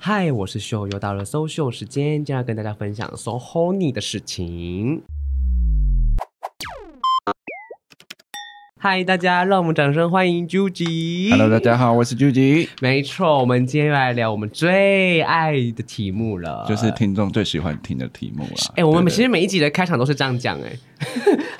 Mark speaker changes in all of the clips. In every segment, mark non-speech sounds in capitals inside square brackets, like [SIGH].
Speaker 1: 嗨，我是秀，又到了搜秀时间，今天要跟大家分享 so horny 的事情。嗨，大家，让我们掌声欢迎 Juji。
Speaker 2: Hello，大家好，我是 Juji，
Speaker 1: 没错，我们今天来聊我们最爱的题目了，
Speaker 2: 就是听众最喜欢听的题目啦。
Speaker 1: 哎、我们
Speaker 2: 对
Speaker 1: 其实每一集的开场都是这样讲、
Speaker 2: [LAUGHS]
Speaker 1: 哎，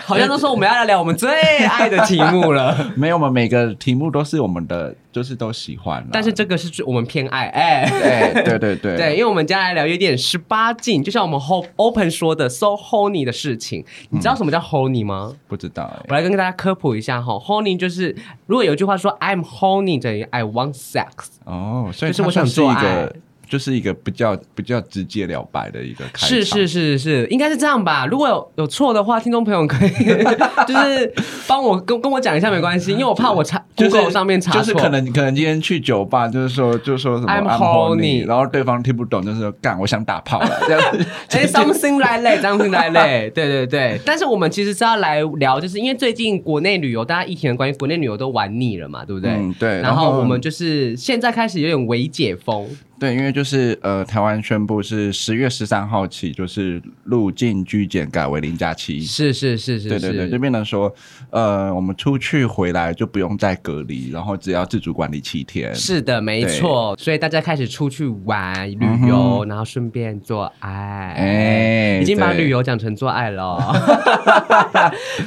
Speaker 1: 好像都说我们要来聊我们最爱的题目了，
Speaker 2: [LAUGHS] 没有，我们每个题目都是我们的，就是都喜欢啦。
Speaker 1: 但是这个是我们偏爱，哎、
Speaker 2: 对对对对
Speaker 1: 对，因为我们接下来聊有点十八禁，就像我们 hope open 说的 so horny 的事情。
Speaker 2: 嗯
Speaker 1: 你知道什么叫 horny 吗？
Speaker 2: 不知道哎、
Speaker 1: 我来跟大家科普一下哈，horny 就是如果有一句话说 I'm horny 等于 I want sex，
Speaker 2: 哦，所以
Speaker 1: 就是
Speaker 2: 它
Speaker 1: 我想
Speaker 2: 算是
Speaker 1: 做
Speaker 2: 一个
Speaker 1: 爱，
Speaker 2: 就是一个比较比较直接了白的一个开场。
Speaker 1: 是是是是，应该是这样吧？如果有有错的话，听众朋友可以 [LAUGHS] 就是帮我跟跟我讲一下没关系，因为我怕我查
Speaker 2: 就是
Speaker 1: Google 上面查错，
Speaker 2: 就是可能可能今天去酒吧，就是说就是说什么
Speaker 1: I'm horny
Speaker 2: 然后对方听不懂，就是说干，我想打炮
Speaker 1: [LAUGHS]
Speaker 2: 了，这样子。
Speaker 1: 哎，something like that，something like that，对对
Speaker 2: [LAUGHS]
Speaker 1: 对。但是我们其实是要来聊，就是因为最近国内旅游，大家疫情的关系，国内旅游都玩腻了嘛，对不对？
Speaker 2: 嗯对
Speaker 1: 然
Speaker 2: 然
Speaker 1: 后
Speaker 2: 后
Speaker 1: 我们就是现在开始有点微解封，
Speaker 2: 对，因为就是呃，台湾宣布是十月十三号起，就是入境居检改为零加七。
Speaker 1: 是是是是。
Speaker 2: 对对对，就是变成说，呃，我们出去回来就不用再隔离，然后只要自主管理七天。
Speaker 1: 是的，没错，所以大家开始出去玩、旅游，然后顺便做爱，
Speaker 2: 嗯哎
Speaker 1: 已经把
Speaker 2: 对
Speaker 1: 旅游讲成做爱
Speaker 2: [LAUGHS]
Speaker 1: 了。 [LAUGHS]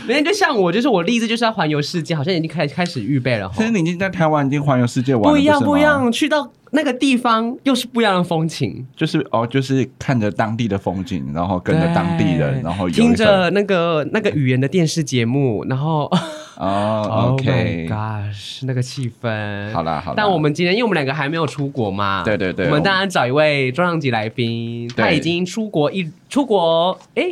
Speaker 1: 没有，就像我，就是我立志就是要环游世界，好像已经开开始预备了。
Speaker 2: 其实你已经在台湾已经环游世界玩了，
Speaker 1: 不一样，
Speaker 2: 是吗
Speaker 1: 不一，样，去到那个地方又是不一样的风情。
Speaker 2: 就是哦，就是看着当地的风景，然后跟着当地人，
Speaker 1: 对
Speaker 2: 然后有一
Speaker 1: 听
Speaker 2: 种
Speaker 1: 着那个那个语言的电视节目，然后
Speaker 2: 哦
Speaker 1: [LAUGHS] oh
Speaker 2: ，OK，
Speaker 1: my gosh，那个气氛。
Speaker 2: 好啦好啦，
Speaker 1: 但我们今天因为我们两个还没有出国嘛，
Speaker 2: 对对对
Speaker 1: 我们
Speaker 2: 我们
Speaker 1: 当然找一位重量级来宾，他
Speaker 2: 对
Speaker 1: 已经出国一出国哎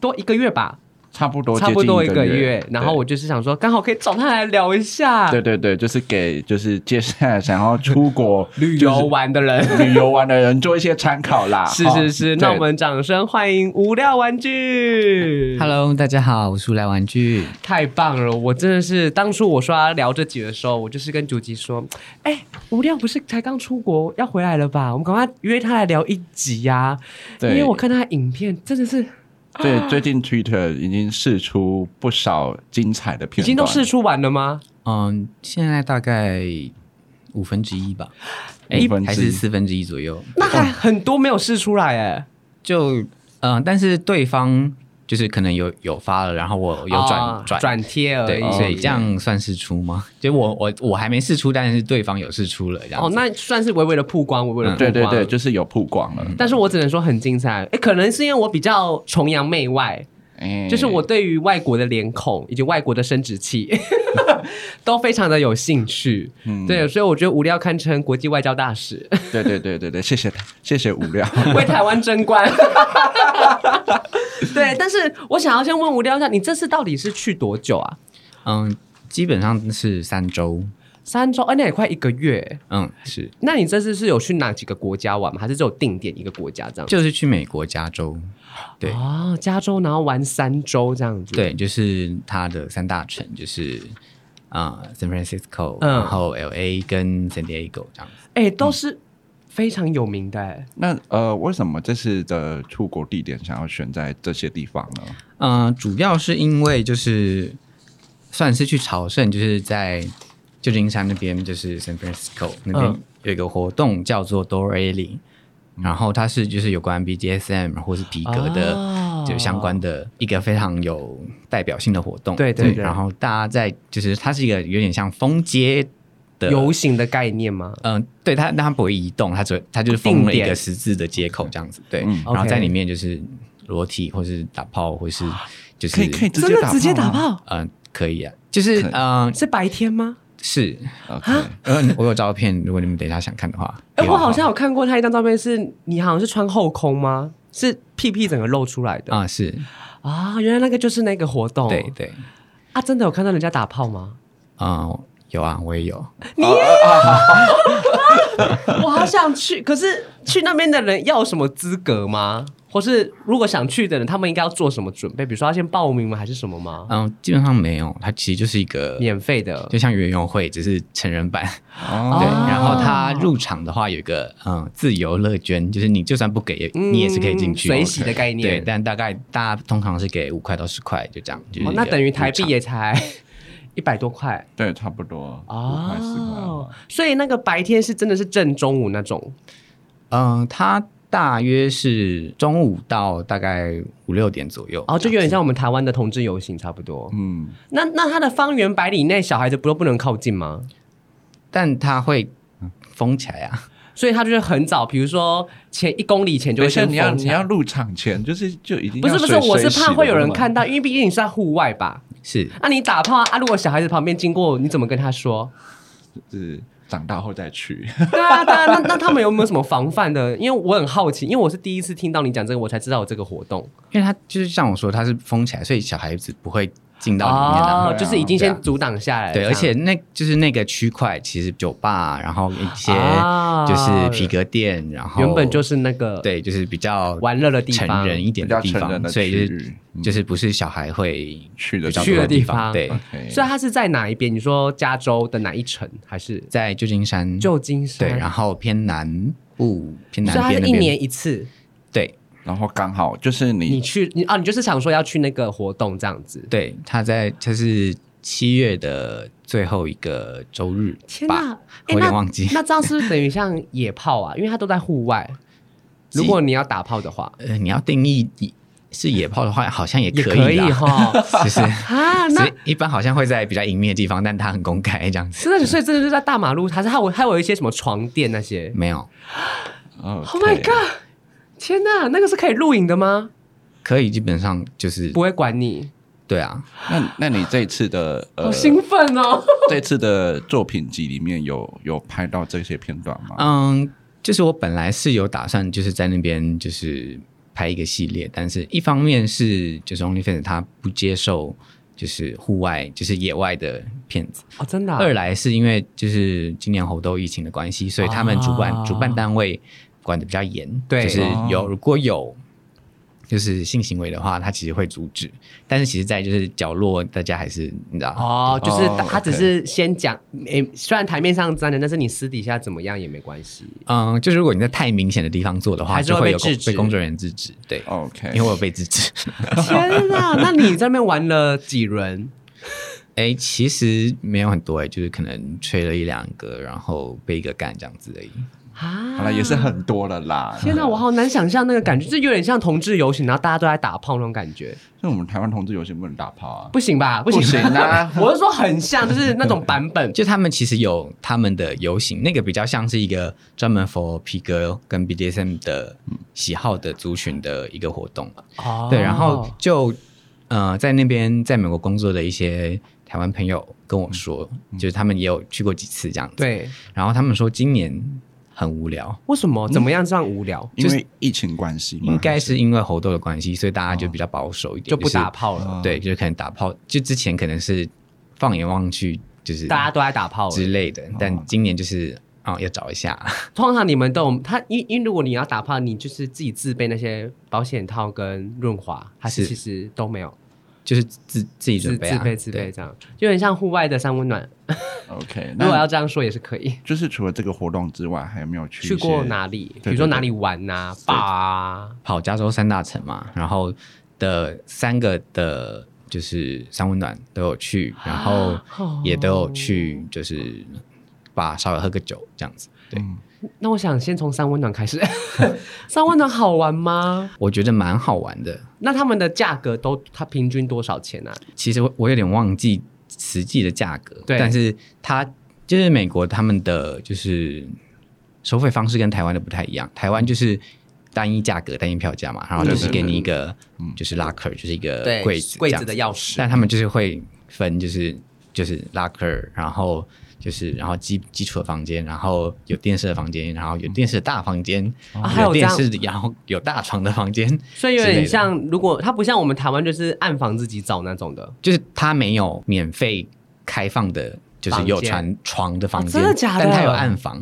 Speaker 1: 多一个月吧，
Speaker 2: 差不多接
Speaker 1: 差
Speaker 2: 近
Speaker 1: 不多
Speaker 2: 一
Speaker 1: 个
Speaker 2: 月，
Speaker 1: 然后
Speaker 2: 对
Speaker 1: 我就是想说，刚好可以找他来聊一下
Speaker 2: 对对对，就是给就是接下来想要出 [LAUGHS] 国
Speaker 1: 旅
Speaker 2: 就
Speaker 1: 游
Speaker 2: 是
Speaker 1: 玩的
Speaker 2: [LAUGHS]
Speaker 1: 人。
Speaker 2: 旅游玩的人做一些参考 [LAUGHS] 啦。
Speaker 1: 是
Speaker 2: 啊哈
Speaker 1: 是是，
Speaker 2: 对
Speaker 1: 那我们掌声欢迎无料玩具。
Speaker 3: Hello，大家好，我是无聊玩具。
Speaker 1: 太棒了！我真的是当初我说要聊这集的时候，我就是跟九吉说：“哎、无聊不是才刚出国要回来了吧？我们赶快约他来聊一集呀、因
Speaker 2: 对
Speaker 1: 为我看他的影片真的是 [LAUGHS]
Speaker 2: 对最近 Twitter 已经试出不少精彩的
Speaker 1: 已
Speaker 2: 片段，
Speaker 1: 经都试出完了吗？
Speaker 3: 嗯，现在大概五分之一吧，诶
Speaker 2: 五分之一
Speaker 3: 还是四分之一左右。
Speaker 1: 那还很多没有试出来哎、
Speaker 3: 就嗯、但是对方就是可能有有发了，然后我有转、
Speaker 1: 啊
Speaker 3: 转。
Speaker 1: 转贴
Speaker 2: 哦
Speaker 1: 而
Speaker 3: 对
Speaker 1: 已，，
Speaker 3: 所以这样算是出吗？就我我我还没试出，但是对方有试出了，这样
Speaker 1: 哦，
Speaker 3: 子
Speaker 1: 那算是微微的曝光，微微的曝
Speaker 2: 嗯对
Speaker 1: 光。
Speaker 2: 对对，。就是有曝光了。
Speaker 1: 但是我只能说很精彩，哎，可能是因为我比较崇洋媚外，
Speaker 2: 哎
Speaker 1: 就是我对于外国的脸孔以及外国的生殖
Speaker 3: [LAUGHS]
Speaker 1: 器都非常的有兴趣。
Speaker 2: 嗯
Speaker 1: 对，所以我觉得无料堪称国际外交大使， [LAUGHS]
Speaker 2: 对对对对对， [LAUGHS] 谢谢他，谢谢无聊。
Speaker 1: 为台湾争光。 [LAUGHS] 对，但是我想要先问无料一下，你这次到底是去多久啊？
Speaker 3: 嗯，基本上是三周，
Speaker 1: 三周，哎、那也快一个月。
Speaker 3: 嗯，是
Speaker 1: 那你这次是有去哪几个国家玩吗？还是只有定点一个国家这样？
Speaker 3: 就是去美国加州，对
Speaker 1: 啊、加州，然后玩三周这样子。，
Speaker 3: 对，就是它的三大城，就是啊、呃 s a n Francisco，、
Speaker 1: 嗯
Speaker 3: 然后 L A 跟 San Diego 这样子。
Speaker 1: 哎、都是非常有名的、哎
Speaker 2: 那呃，为什么这次的出国地点想要选在这些地方呢？
Speaker 3: 嗯、主要是因为就是算是去朝圣，就是在旧金山那边，就是 San Francisco 那边
Speaker 1: 嗯
Speaker 3: 有一个活动叫做 Door Alley，、然后它是就是有关 BDSM 或是皮革的。
Speaker 1: 啊
Speaker 3: 就相关的一个非常有代表性的活动，嗯
Speaker 1: 对对对
Speaker 3: 然后大家在就是它是一个有点像封街的
Speaker 1: 游行的概念吗？
Speaker 3: 嗯，对，它但它不会移动，它只它就是
Speaker 1: 定
Speaker 3: 封了一
Speaker 1: 点
Speaker 3: 个十字的接口这样子，对，
Speaker 2: 嗯
Speaker 3: 然后
Speaker 1: OK
Speaker 3: 在里面就是裸体或是打炮或是就
Speaker 2: 啊
Speaker 3: 是
Speaker 2: 可以可以直
Speaker 1: 真
Speaker 2: 接
Speaker 1: 的
Speaker 2: 打
Speaker 1: 直接打
Speaker 2: 吗
Speaker 1: 炮？
Speaker 3: 嗯、可以啊，就是
Speaker 2: 可以
Speaker 3: 嗯、
Speaker 1: 是白天吗？
Speaker 3: 是，
Speaker 2: ？OK，
Speaker 3: 嗯，我有照片，如果你们等一下想看的话，
Speaker 1: 哎、
Speaker 3: 有啊
Speaker 1: 我好像有看过他一张照片是，你好像是穿后空吗？是屁屁整个露出来的
Speaker 3: 啊、是
Speaker 1: 啊！原来那个就是那个活
Speaker 2: 哦
Speaker 1: 动，
Speaker 3: 对对，
Speaker 1: 啊！真的有看到人家打炮 [LAUGHS] 吗？
Speaker 3: 嗯、有啊，我也有，
Speaker 1: 我好想去，可是去那边的人要有什么资格吗？或是如果想去的人，他们应该要做什么准备？比如说要先报名吗？还是什么吗？
Speaker 3: 嗯，基本上没有，它其实就是一个
Speaker 1: 免费的
Speaker 3: 就像园游会，只是成人版。
Speaker 2: 哦
Speaker 3: 对，然后它入场的话有一个嗯自由乐捐，就是你就算不给也，你也是可以进去。
Speaker 1: 嗯
Speaker 3: 哦
Speaker 1: 水洗的概念。
Speaker 3: 对，但大概大家通常是给五块到十块，就这样。就是一
Speaker 1: 哦
Speaker 3: 个、
Speaker 1: 那等于台币也才 [LAUGHS] 一百多块
Speaker 2: 对，差不多五块四块。
Speaker 1: 哦。所以那个白天是真的是正中午那种
Speaker 3: 嗯，它大约是中午到大概五六点左右。
Speaker 1: 哦，就有点像我们台湾的同志游行差不多。
Speaker 2: 嗯，
Speaker 1: 那那它的方圆百里内，小孩子不都不能靠近吗？
Speaker 3: 但它会封起来啊。
Speaker 1: 所以他就是很早，比如说前一公里前就
Speaker 2: 而
Speaker 1: 会
Speaker 2: 且
Speaker 1: 先
Speaker 2: 你要
Speaker 1: 封
Speaker 2: 你
Speaker 1: 起
Speaker 2: 要
Speaker 1: 来。
Speaker 2: 入场前就是就已经
Speaker 1: 不是不是，
Speaker 2: 要水
Speaker 1: 我是
Speaker 2: 水洗
Speaker 1: 怕会有人
Speaker 2: 了嘛
Speaker 1: 看到，因为毕竟你是在户外吧。
Speaker 3: 是，
Speaker 1: 那、你打炮啊，如果小孩子旁边经过，你怎么跟他
Speaker 2: [LAUGHS]
Speaker 1: 说？
Speaker 2: 就是长大后再去。 [LAUGHS]
Speaker 1: 对啊，对啊，那那他们有没有什么防范的？因为我很好奇，因为我是第一次听到你讲这个，我才知道有这个活动
Speaker 3: 因为它就是像我说，它是封起来，所以小孩子不会进到里面的、
Speaker 1: 哦
Speaker 2: 对啊
Speaker 1: 就是已经
Speaker 3: 对
Speaker 1: 先
Speaker 3: 啊
Speaker 1: 阻挡下来了。
Speaker 3: 对，
Speaker 1: 这
Speaker 3: 而
Speaker 1: 样
Speaker 3: 且那就是那个区块，其实酒吧，然后一些
Speaker 1: 啊
Speaker 3: 就是皮革店，然后
Speaker 1: 原本就是那个
Speaker 3: 对，就是比较
Speaker 1: 玩乐的地方
Speaker 3: 成人一点的地
Speaker 2: 比较成人
Speaker 3: 方，
Speaker 2: 的
Speaker 3: 所以就
Speaker 2: 区
Speaker 3: 是
Speaker 2: 域嗯
Speaker 3: 就是不是小孩会
Speaker 2: 去的
Speaker 3: 比较
Speaker 1: 去
Speaker 3: 多
Speaker 1: 的地方
Speaker 3: 方。对，
Speaker 2: OK，
Speaker 1: 所以它是在啊哪一边？你说加州的哪一城，还是
Speaker 3: 在旧金山，
Speaker 1: 旧金山？
Speaker 3: 对，然后偏南部偏
Speaker 1: 所以
Speaker 3: 南
Speaker 1: 它是
Speaker 3: 边
Speaker 1: 一
Speaker 3: 那边，
Speaker 1: 年一次，
Speaker 3: 对
Speaker 2: 然后刚好就是
Speaker 1: 你
Speaker 2: 你
Speaker 1: 去你啊，你就是想说要去那个活动这样子。
Speaker 3: 对，他在他是七月的最后一个周日
Speaker 1: 天
Speaker 3: 吧
Speaker 1: 哪，，
Speaker 3: 我
Speaker 1: 诶
Speaker 3: 有点
Speaker 1: 那
Speaker 3: 忘记
Speaker 1: 那这样是不是等于像野炮啊？因为它都在户外。
Speaker 3: 几
Speaker 1: 如果你要打炮的话，
Speaker 3: 呃，你要定义是野炮的话，好像也
Speaker 1: 也
Speaker 3: 可
Speaker 1: 可以
Speaker 3: 啦，
Speaker 1: [LAUGHS] 哈。
Speaker 3: [LAUGHS] 就是。
Speaker 1: 啊，
Speaker 3: 所
Speaker 1: 那
Speaker 3: 以一般好像会在比较隐秘的地方，但它很公开这样子。
Speaker 1: 真的，所以真的是在大马路，它是还有还有一些什么床垫那些。
Speaker 3: 没有，
Speaker 1: Oh my god！天哪，那个是可以录影的吗？
Speaker 3: 可以基本上就是
Speaker 1: 不会管你，
Speaker 3: 对啊，
Speaker 2: 那那你这次的
Speaker 1: 好
Speaker 2: 呃，
Speaker 1: 兴奋哦！
Speaker 2: 这次的作品集里面有有拍到这些片段
Speaker 1: 啊
Speaker 2: 吗？
Speaker 3: 嗯，就是我本来是有打算就是在那边就是拍一个系列，但是一方面是就是 OnlyFans 它不接受就是户外就是野外的片子，
Speaker 1: 哦，真的啊
Speaker 3: 二来是因为就是今年猴痘疫情的关系，所以他们主办、
Speaker 1: 啊
Speaker 3: 主办单位管的比较严，
Speaker 1: 对
Speaker 3: 就是有
Speaker 2: 哦
Speaker 3: 如果有就是性行为的话，他其实会阻止，但是其实，在就是角落，大家还是你知道，
Speaker 1: 哦，就是
Speaker 2: 哦
Speaker 1: 他只
Speaker 2: OK
Speaker 1: 是先讲，诶、虽然台面上沾的，但是你私底下怎么样也没关系。
Speaker 3: 嗯，就是如果你在太明显的地方做的话，
Speaker 1: 还是
Speaker 3: 就
Speaker 1: 会被
Speaker 3: 会有工
Speaker 1: 制止
Speaker 3: 被工作人员制止，对，
Speaker 2: OK，
Speaker 3: 因为我有被制 [LAUGHS] 止。
Speaker 1: 天哪， [LAUGHS] 那你在那边玩了几轮？
Speaker 3: 哎，其实没有很多哎，就是可能吹了一两个，然后被一个干这样子而已。
Speaker 1: 啊，
Speaker 2: 好了也是。很多了啦。
Speaker 1: 天哪，我好难想象那个感觉，就有点像同志游行，然后大家都在打炮那种感觉，
Speaker 2: 那我们台湾同志有些不能打炮啊，
Speaker 1: 不行吧？ [LAUGHS] 不行！
Speaker 2: 不行啊
Speaker 1: 我是说很像，就是那种版本。
Speaker 3: 就他们其实有他们的游行，那个比较像是一个专门 for 皮革跟 BDSM 的喜好的族群的一个活动。
Speaker 1: [LAUGHS] 哦
Speaker 3: 对，然后就呃，在那边在美国工作的一些台湾朋友跟我说，就是他们也有去过几次这样子。，
Speaker 1: 对，
Speaker 3: 然后他们说今年很无聊，
Speaker 1: 为什么怎么样这样无聊？
Speaker 2: 因为疫情关系嘛，
Speaker 3: 应该是因为猴痘的关系，所以大家就比较保守一点，
Speaker 1: 就不打
Speaker 3: 炮。
Speaker 1: 炮了，
Speaker 2: 嗯
Speaker 3: 对，就是可能打炮，就之前可能是放眼望去就是
Speaker 1: 大家都在打炮了哦
Speaker 3: 之类的，但今年就是啊、要找一下。 [LAUGHS]
Speaker 1: 通常你们都有他，因因为如果你要打炮，你就是自己自备那些保险套跟润滑，还是其
Speaker 3: 是
Speaker 1: 实都没有，
Speaker 3: 就是自自己
Speaker 1: 自
Speaker 3: 准备、啊、
Speaker 1: 自备自备
Speaker 3: 对。
Speaker 1: 这样，就很像户外的三温暖。
Speaker 2: OK 那。
Speaker 1: 如果要这样说也是可以。
Speaker 3: [LAUGHS]
Speaker 2: 就是除了这个活动之外，还有没有去
Speaker 1: 去
Speaker 2: 去
Speaker 1: 过？哪里？比
Speaker 2: 对
Speaker 1: 如说
Speaker 2: 对对
Speaker 1: 哪里玩呐、啊、吧啊？
Speaker 3: 跑加州三大城嘛，然后的三个的，就是三温暖都有去，然后
Speaker 1: 啊
Speaker 3: 也都
Speaker 1: 哦
Speaker 3: 有去，就是把稍微喝个酒这样子。对，
Speaker 1: 那我想先从三温暖开始。 [LAUGHS] 三温暖好玩吗？
Speaker 3: 我觉得蛮好玩的。
Speaker 1: 那他们的价格都它平均多少钱啊？
Speaker 3: 其实我我有点忘记实际的价格，
Speaker 1: 对
Speaker 3: 但是它就是美国他们的就是收费方式跟台湾的不太一样，台湾就是单一价格、单一票价嘛，然后就是给你一个就是 locker，就是一个柜子
Speaker 1: 嗯呃柜
Speaker 3: 这
Speaker 1: 子
Speaker 3: 样
Speaker 1: 的钥匙。
Speaker 3: 但他们就是会分，就是就是拉克，然后就是然后基基础的房间，然后有电视的房间，然后有电视的大房间，
Speaker 1: 啊还有这
Speaker 3: 电
Speaker 1: 样
Speaker 3: 视，然后有大床的房间，
Speaker 1: 所以有
Speaker 3: 之类
Speaker 1: 点
Speaker 3: 的
Speaker 1: 像，如果它不像我们台湾就是暗房自己找那种的，
Speaker 3: 就是它没有免费开放的。就是有
Speaker 1: 房间哦
Speaker 3: 床床的房间，
Speaker 1: 真的假的
Speaker 3: 但它有暗房，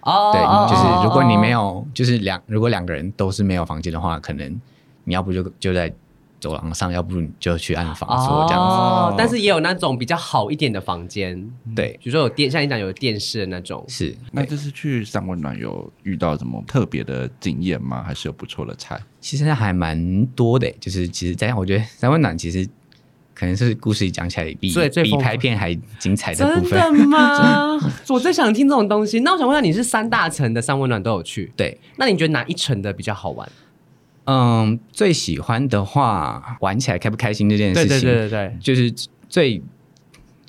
Speaker 1: 哦
Speaker 3: 哦对，就是如果你没
Speaker 1: 有。
Speaker 3: 有，就是两如果两个人都是没有房间的话，可能你要不就就在走廊上，要不你就去按房
Speaker 1: 哦
Speaker 3: 说，这样子。
Speaker 1: 但是也有那种比较好一点的房间，
Speaker 3: 对，
Speaker 1: 比如说有电，像你讲有电视的那种。
Speaker 3: 是
Speaker 2: 那这次去三温暖有遇到什么特别的经验吗？还是有不错的菜？
Speaker 3: 其实还蛮多的，就是其实在我觉得三温暖其实可能是故事讲起来比
Speaker 1: 最最丰
Speaker 3: 比
Speaker 1: 富
Speaker 3: 拍片还精彩的部
Speaker 1: 真
Speaker 3: 分。
Speaker 1: 的 [LAUGHS] 吗？我最想听这种东西。那我想问一下，你是三大层的三温暖都有去，
Speaker 3: 对，
Speaker 1: 那你觉得哪一层的比较好玩？
Speaker 3: 嗯，最喜欢的话，玩起来开不开心这件事
Speaker 1: 对
Speaker 3: 情，
Speaker 1: 对对对对
Speaker 3: 就是最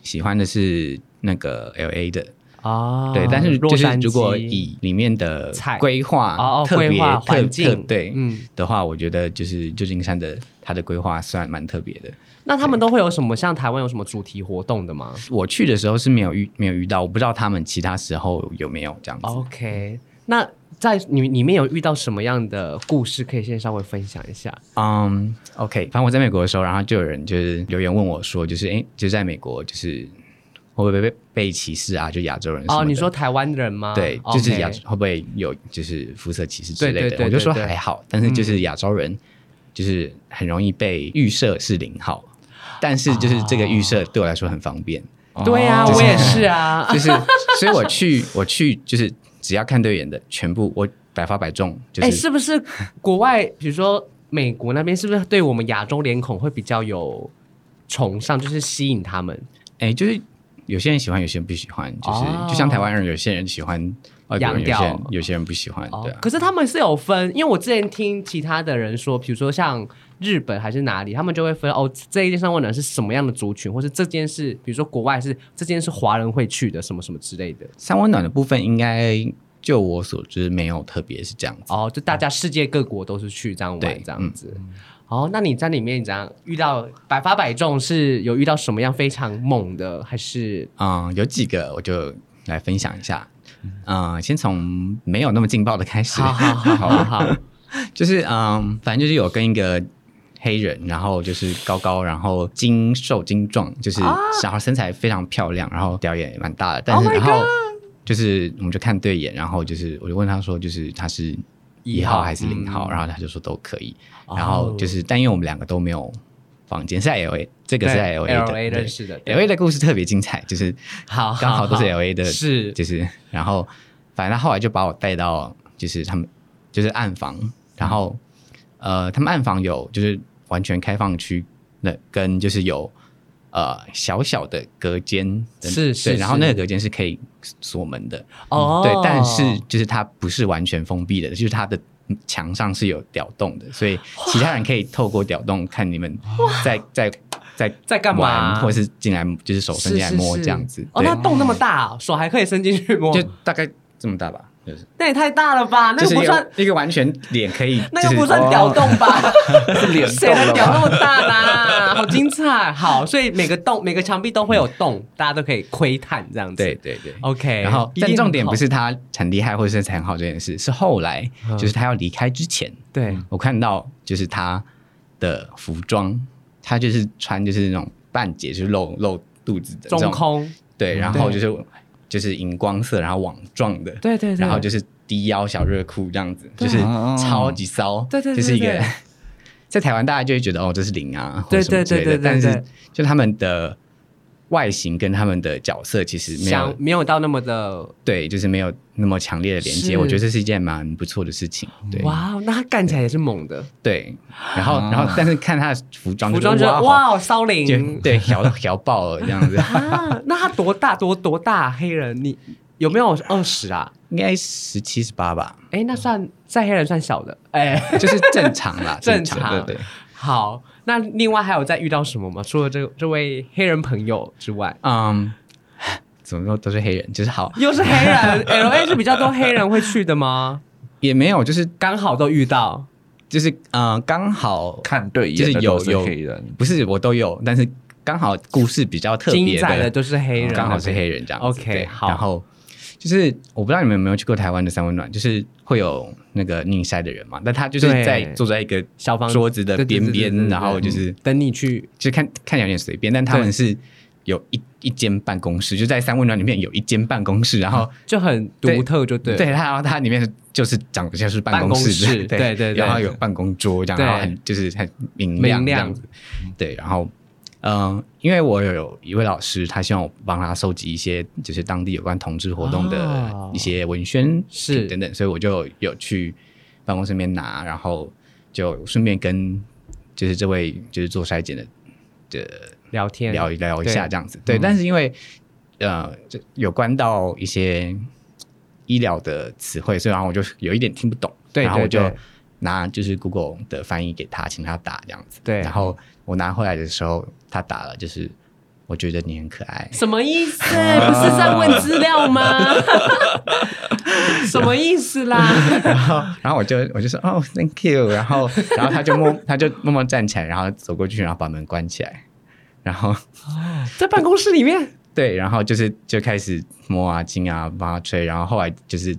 Speaker 3: 喜欢的是那个 L A 的，
Speaker 1: 啊！
Speaker 3: 对。但是
Speaker 1: 洛
Speaker 3: 就是
Speaker 1: 杉矶
Speaker 3: 如果以里面的
Speaker 1: 菜
Speaker 3: 规划
Speaker 1: 哦哦
Speaker 3: 特别
Speaker 1: 规划
Speaker 3: 特
Speaker 1: 环境
Speaker 3: 特对，
Speaker 1: 嗯
Speaker 3: 的话，我觉得就是旧金山的它的规划算蛮特别的。
Speaker 1: 那他们都会有什么像台湾有什么主题活动的吗
Speaker 3: 我去的时候是没有遇没有遇到，我不知道他们其他时候有没有这样子。
Speaker 1: 哦？OK，那在你里面有遇到什么样的故事可以先稍微分享一下？
Speaker 3: 嗯、o k 反正我在美国的时候，然后就有人就是留言问我说，就是诶，就在美国就是会不会被被歧视啊？就亚洲人什么
Speaker 1: 哦，
Speaker 3: 的
Speaker 1: 你说台湾人吗？
Speaker 3: 对，就是亚
Speaker 1: 啊 OK
Speaker 3: 会不会有就是肤色歧视之
Speaker 1: 对
Speaker 3: 类
Speaker 1: 对
Speaker 3: 的？
Speaker 1: 对
Speaker 3: 我就说
Speaker 1: 对对嗯
Speaker 3: 还好，但是就是亚洲人就是很容易被预设是零号，但是就是这个预设
Speaker 1: 哦
Speaker 3: 对我来说很方
Speaker 1: [LAUGHS]
Speaker 3: 便。
Speaker 1: 对啊，
Speaker 2: 哦
Speaker 1: 我也是 [LAUGHS] 啊，
Speaker 3: 就是，所以我去我去就是只要看对眼的，全部我百发百中，就
Speaker 1: 哎、
Speaker 3: 是、
Speaker 1: 是不是国外，比如说美国那边，是不是对我们亚洲脸孔会比较有崇尚，就是吸引他们
Speaker 3: 哎、就是有些人喜欢，有些人不喜欢，就是、
Speaker 1: 哦
Speaker 3: 就像台湾人，有些人喜欢外国
Speaker 1: 洋
Speaker 3: 人，有些人
Speaker 1: 调
Speaker 3: 有些人不喜欢，对
Speaker 1: 哦
Speaker 3: 啊。
Speaker 1: 可是他们是有分，因为我之前听其他的人说，比如说像日本还是哪里，他们就会分哦，这一件上问的是什么样的族群，或是这件是，比如说国外是这件是华人会去的，什么什么之类的。
Speaker 3: 三温暖的部分应该就我所知没有特别是这样子。
Speaker 1: 哦，就大家世界各国都是去这样
Speaker 3: 对嗯
Speaker 1: 玩这样子。哦，那你在里面怎样遇到百发百中？是有遇到什么样非常猛的，还是
Speaker 3: 嗯，有几个我就来分享一下。嗯，先从没有那么劲爆的啊开始。
Speaker 1: 好好好好好，
Speaker 3: [LAUGHS] 就是嗯，反正就是有跟一个黑人，然后就是高高，然后精瘦精壮，就是然后身材非常漂亮，然后屌也蛮大的，但是
Speaker 1: 啊 Oh my
Speaker 3: 然后就是我们就看对眼，然后就是我就问他说，就是他是一
Speaker 1: 一号嗯哦
Speaker 3: 号还是零号，然后他就说都可以，然后就是但因为我们两个都没有房间，是在 L A，这个是在 L A 的
Speaker 1: L A
Speaker 3: 对
Speaker 1: 认识的
Speaker 3: L A 的故事特别精彩，就是
Speaker 1: 好
Speaker 3: [LAUGHS] 刚好都是 L A 的，
Speaker 1: 是
Speaker 3: 就是然后反正他后来就把我带到就是他们就是暗房，然后呃他们暗房有就是完全开放区，那跟就是有呃小小的隔间的，
Speaker 1: 是是
Speaker 3: 对，然后
Speaker 1: 是
Speaker 3: 那个隔间是可以锁门的，
Speaker 1: 哦，
Speaker 3: 嗯对，但是就是它不是完全封闭的，就是它的墙上是有屌洞的，所以其他人可以透过屌洞看你们在在在
Speaker 1: 在干嘛
Speaker 3: 玩或是进来就是手伸
Speaker 1: 是
Speaker 3: 进来
Speaker 1: 是
Speaker 3: 摸
Speaker 1: 是
Speaker 3: 这样子，
Speaker 1: 哦，
Speaker 3: 对
Speaker 1: 那洞那么大哦，手还可以伸进去摸，
Speaker 3: 就大概这么大吧，就是
Speaker 1: 那也太大了哦吧？那个
Speaker 3: 就是
Speaker 1: 不算，
Speaker 3: 有一个完全脸可以，
Speaker 1: [LAUGHS] 那
Speaker 3: 就
Speaker 1: 个
Speaker 3: 是哦
Speaker 1: 不算屌洞吧？
Speaker 2: 脸
Speaker 1: 谁的屌那么大啦？好精彩！好，所以每个洞、每个墙壁都会有洞，大家都可以窥探这样子。
Speaker 3: 对对对。
Speaker 1: ，OK。
Speaker 3: 然后，
Speaker 1: 一定
Speaker 3: 但重点
Speaker 1: 很好
Speaker 3: 不是他很厉害或者身材很好这件事，是后来
Speaker 1: 嗯
Speaker 3: 就是他要离开之前，
Speaker 1: 对
Speaker 3: 我看到就是他的服装，他就是穿就是那种半截，就是露露肚子的这
Speaker 1: 中
Speaker 3: 种，
Speaker 1: 空，
Speaker 3: 对，然后就是就是荧光色，然后网状的，
Speaker 1: 对对对，
Speaker 3: 然后就是低腰小热裤这样子，
Speaker 1: 对
Speaker 3: 就是超级骚，
Speaker 1: 对对对
Speaker 3: 就是一
Speaker 1: 对
Speaker 3: 个
Speaker 1: 对
Speaker 3: [LAUGHS] 在台湾大家就会觉得哦这是零啊，或
Speaker 1: 对
Speaker 3: 什么之类的
Speaker 1: 对对对对
Speaker 3: 但
Speaker 1: 对
Speaker 3: 是就他们的外形跟他们的角色其实没
Speaker 1: 想
Speaker 3: 有
Speaker 1: 没有到那么的
Speaker 3: 对，就是没有那么强烈的连接，
Speaker 1: 是
Speaker 3: 我觉得这是一件蛮不错的事情，对。
Speaker 1: 哇哦，那他干起来也是猛的，
Speaker 3: 对，然后、然后但是看他的服装
Speaker 1: 服
Speaker 3: 就
Speaker 1: 装
Speaker 3: 是，
Speaker 1: 就
Speaker 3: 哇，
Speaker 1: 哇哦，骚
Speaker 3: 就
Speaker 1: 灵，
Speaker 3: 对，摇摇爆了这样
Speaker 1: [LAUGHS]
Speaker 3: 子
Speaker 1: 啊！那他多大多多大黑人？你有没有二十啊？
Speaker 3: 应该十七十八吧，
Speaker 1: 哎，那算在黑人算小的，哎，
Speaker 3: 就是正常啦，
Speaker 1: [LAUGHS] 正
Speaker 3: 常，
Speaker 1: 常
Speaker 3: 对对。
Speaker 1: [LAUGHS] 好。那另外还有再遇到什么吗？除了这这位黑人朋友之外，
Speaker 3: 嗯，怎么说都是黑人，就是好
Speaker 1: 又是黑
Speaker 3: [LAUGHS]
Speaker 1: 人，L A 是比较多黑人会去的吗？
Speaker 3: 也没有，就是
Speaker 1: 刚好都遇到，
Speaker 3: 就是嗯，刚好
Speaker 2: 看对眼的都
Speaker 3: 就是有
Speaker 2: 是
Speaker 3: 有
Speaker 2: 黑人，
Speaker 3: 不是我都有，但是刚好故事比较特
Speaker 1: 精
Speaker 3: 别嗯
Speaker 1: 彩的都是黑人，
Speaker 3: 刚好是黑人这样子。
Speaker 1: OK，
Speaker 3: 对
Speaker 1: 好
Speaker 3: 然后就是我不知道你们有没有去过台湾的三温暖，就是会有那个逆晒的人嘛，但他就是
Speaker 1: 对
Speaker 3: 在坐在一个
Speaker 1: 小房
Speaker 3: 桌子的
Speaker 1: 对对对对
Speaker 3: 边
Speaker 1: 对对对
Speaker 3: 边，然后就是
Speaker 1: 等你去
Speaker 3: 就看看起来有点随便，但他们是有一一间办公室，就在三温暖里面有一间办公室，然后
Speaker 1: 就很独特，就对。
Speaker 3: 对，然后它里面就是长得像是办公
Speaker 1: 办
Speaker 3: 室，
Speaker 1: 公室
Speaker 3: [LAUGHS] 对
Speaker 1: 对对对
Speaker 3: 然后有办公桌这样，
Speaker 1: 对
Speaker 3: 然后很就是很明亮
Speaker 1: 明
Speaker 3: 这
Speaker 1: 亮
Speaker 3: 样子，对，然后。嗯，因为我有一位老师，他希望我帮他收集一些就是当地有关同志活动的
Speaker 1: 哦
Speaker 3: 一些文宣
Speaker 1: 是
Speaker 3: 品等等，所以我就有去办公室里面拿，然后就顺便跟就是这位就是做筛检的的
Speaker 1: 聊天
Speaker 3: 聊一聊一
Speaker 1: 对嗯
Speaker 3: 下这样子。对，但是因为呃，这有关到一些医疗的词汇，所以然后我就有一点听不懂，
Speaker 1: 对
Speaker 3: 然后我
Speaker 1: 对
Speaker 3: 就
Speaker 1: 对
Speaker 3: 拿就是 Google 的翻译给他，请他打这样子。
Speaker 1: 对
Speaker 3: 然后我拿回来的时候，他打了就是。我觉得你很
Speaker 1: [LAUGHS]
Speaker 3: 可爱，
Speaker 1: 什么意
Speaker 3: [LAUGHS]
Speaker 1: 思？不是在问资料吗？什么意思
Speaker 3: [LAUGHS]
Speaker 1: 啦？
Speaker 3: 然后，然后我就我就说哦，thank you，然后，然后他就默，他就默默站起来，然后走过去，然后把门关起来，然后
Speaker 1: 在办公室里面，
Speaker 3: 对，然后就是就开始摸啊、亲啊、帮他吹，然后后来就是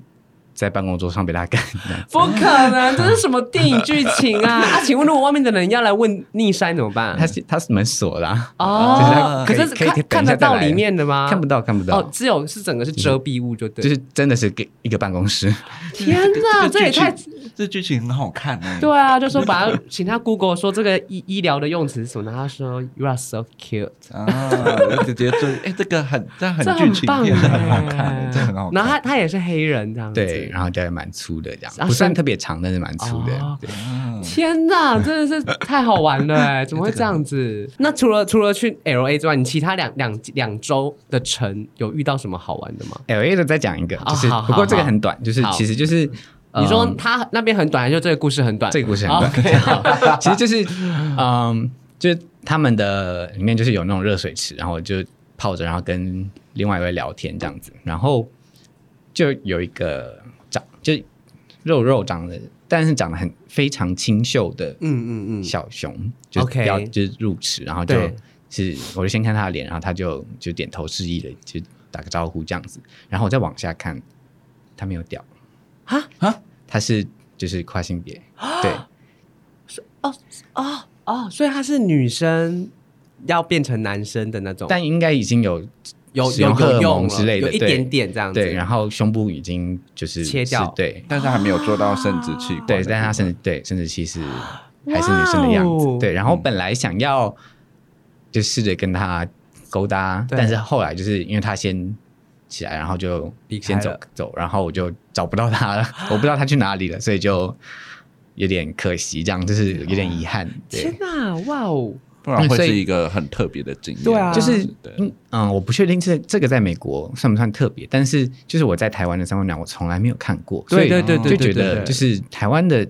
Speaker 3: 在办公桌上被他
Speaker 1: [LAUGHS]
Speaker 3: 干。
Speaker 1: 不可能，这是什么电影剧情啊？ [LAUGHS] 啊，请问如果外面的人要来问逆山怎么办
Speaker 3: 他？是他是门锁的啊、就是
Speaker 1: 哦
Speaker 3: 他，
Speaker 1: 可
Speaker 3: 可以
Speaker 1: 是
Speaker 3: 可以可以
Speaker 1: 看看
Speaker 3: 等一下
Speaker 1: 得
Speaker 3: 再
Speaker 1: 到
Speaker 3: 来
Speaker 1: 里面的吗？
Speaker 3: 看不到看不到，
Speaker 1: 哦，只有是整个是遮蔽物，就对。
Speaker 3: 就是真的是给一个办公室。
Speaker 1: 天哪， [LAUGHS] 这也太 [LAUGHS]
Speaker 2: 这剧情很好看欸呢、
Speaker 1: 对啊！就说把他请他 Google 说这个医医疗的用词是什么，然后他说 You are so cute，
Speaker 2: 啊，直接就哎，这个很这很
Speaker 1: 这
Speaker 2: 剧
Speaker 1: 很
Speaker 2: 情
Speaker 1: 棒
Speaker 2: 片，
Speaker 1: 耶
Speaker 2: 这很好看欸，这很好看。
Speaker 1: 然后他他也是黑人这样子，
Speaker 3: 对，然后就还蛮粗的这样，
Speaker 1: 啊
Speaker 3: 不算
Speaker 1: 算
Speaker 3: 特别长，但是蛮粗的。
Speaker 1: 哦
Speaker 3: 对，
Speaker 2: 嗯
Speaker 1: 天呐，真的是太好玩了哎！
Speaker 2: [LAUGHS]
Speaker 1: 怎么会这样子？那除了除了去 L A 之外，你其他两两两周的城有遇到什么好玩的吗？
Speaker 3: L A 的哎再讲一个，
Speaker 1: 哦
Speaker 3: 就是
Speaker 1: 好
Speaker 3: 不过
Speaker 1: 好
Speaker 3: 这个
Speaker 1: 好
Speaker 3: 很短，就是
Speaker 1: 好
Speaker 3: 其实就是
Speaker 1: 你说
Speaker 3: 嗯
Speaker 1: 他那边很短，还是这个故事很短？哦
Speaker 3: 这个故事很短，
Speaker 1: OK，
Speaker 3: 好其实就是嗯，就是他们的里面就是有那种热水池，然后就泡着，然后跟另外一位聊天这样子，然后就有一个长就肉肉长得，但是长得很非常清秀的
Speaker 1: [LAUGHS] 嗯嗯嗯，
Speaker 3: 小熊，就
Speaker 1: OK
Speaker 3: 要就是入池，然后就
Speaker 1: 对
Speaker 3: 是我就先看他的脸，然后他就就点头示意了，就打个招呼这样子，然后我再往下看，他没有屌
Speaker 1: 啊
Speaker 2: 啊，
Speaker 3: 他是就是跨性别，对。
Speaker 1: 哦哦，所以她是女生要变成男生的那种，
Speaker 3: 但应该已经有
Speaker 1: 有
Speaker 3: 使
Speaker 1: 有
Speaker 3: 用荷
Speaker 1: 有
Speaker 3: 尔
Speaker 1: 用
Speaker 3: 蒙
Speaker 1: 了
Speaker 3: 之类的，
Speaker 1: 有一
Speaker 3: 对
Speaker 1: 点点这样子。
Speaker 3: 对，然后胸部已经就是
Speaker 1: 切掉
Speaker 3: 是对
Speaker 2: 但是还没有做到生殖器官的
Speaker 3: 对，
Speaker 2: 部分，
Speaker 3: 但她甚至对生殖器是
Speaker 1: 哦
Speaker 3: 还是女生的样
Speaker 1: 哇哦
Speaker 3: 子，对。然后本来想要就试着跟她勾搭，
Speaker 1: 对
Speaker 3: 但是后来就是因为她先起来，然后就
Speaker 1: 离开
Speaker 3: 先走
Speaker 1: 了
Speaker 3: 走，然后我就找不到
Speaker 1: [GASPS]
Speaker 3: 她了，我不知道她去哪里了，所以就有点可惜，这样就是有点遗憾，对
Speaker 1: 天。哪，哇哦！
Speaker 2: 不然会
Speaker 3: 所以
Speaker 2: 是一个很特别的经验。
Speaker 1: 对啊
Speaker 3: 就是
Speaker 2: 对
Speaker 3: 嗯嗯，我不确定这这个在美国算不算特别，但是就是我在台湾的三温暖我从来没有看过，所
Speaker 1: 对
Speaker 3: 以
Speaker 1: 对对对，
Speaker 3: 就
Speaker 1: 对
Speaker 3: 觉
Speaker 1: 对
Speaker 3: 得
Speaker 1: 对
Speaker 3: 就是台湾的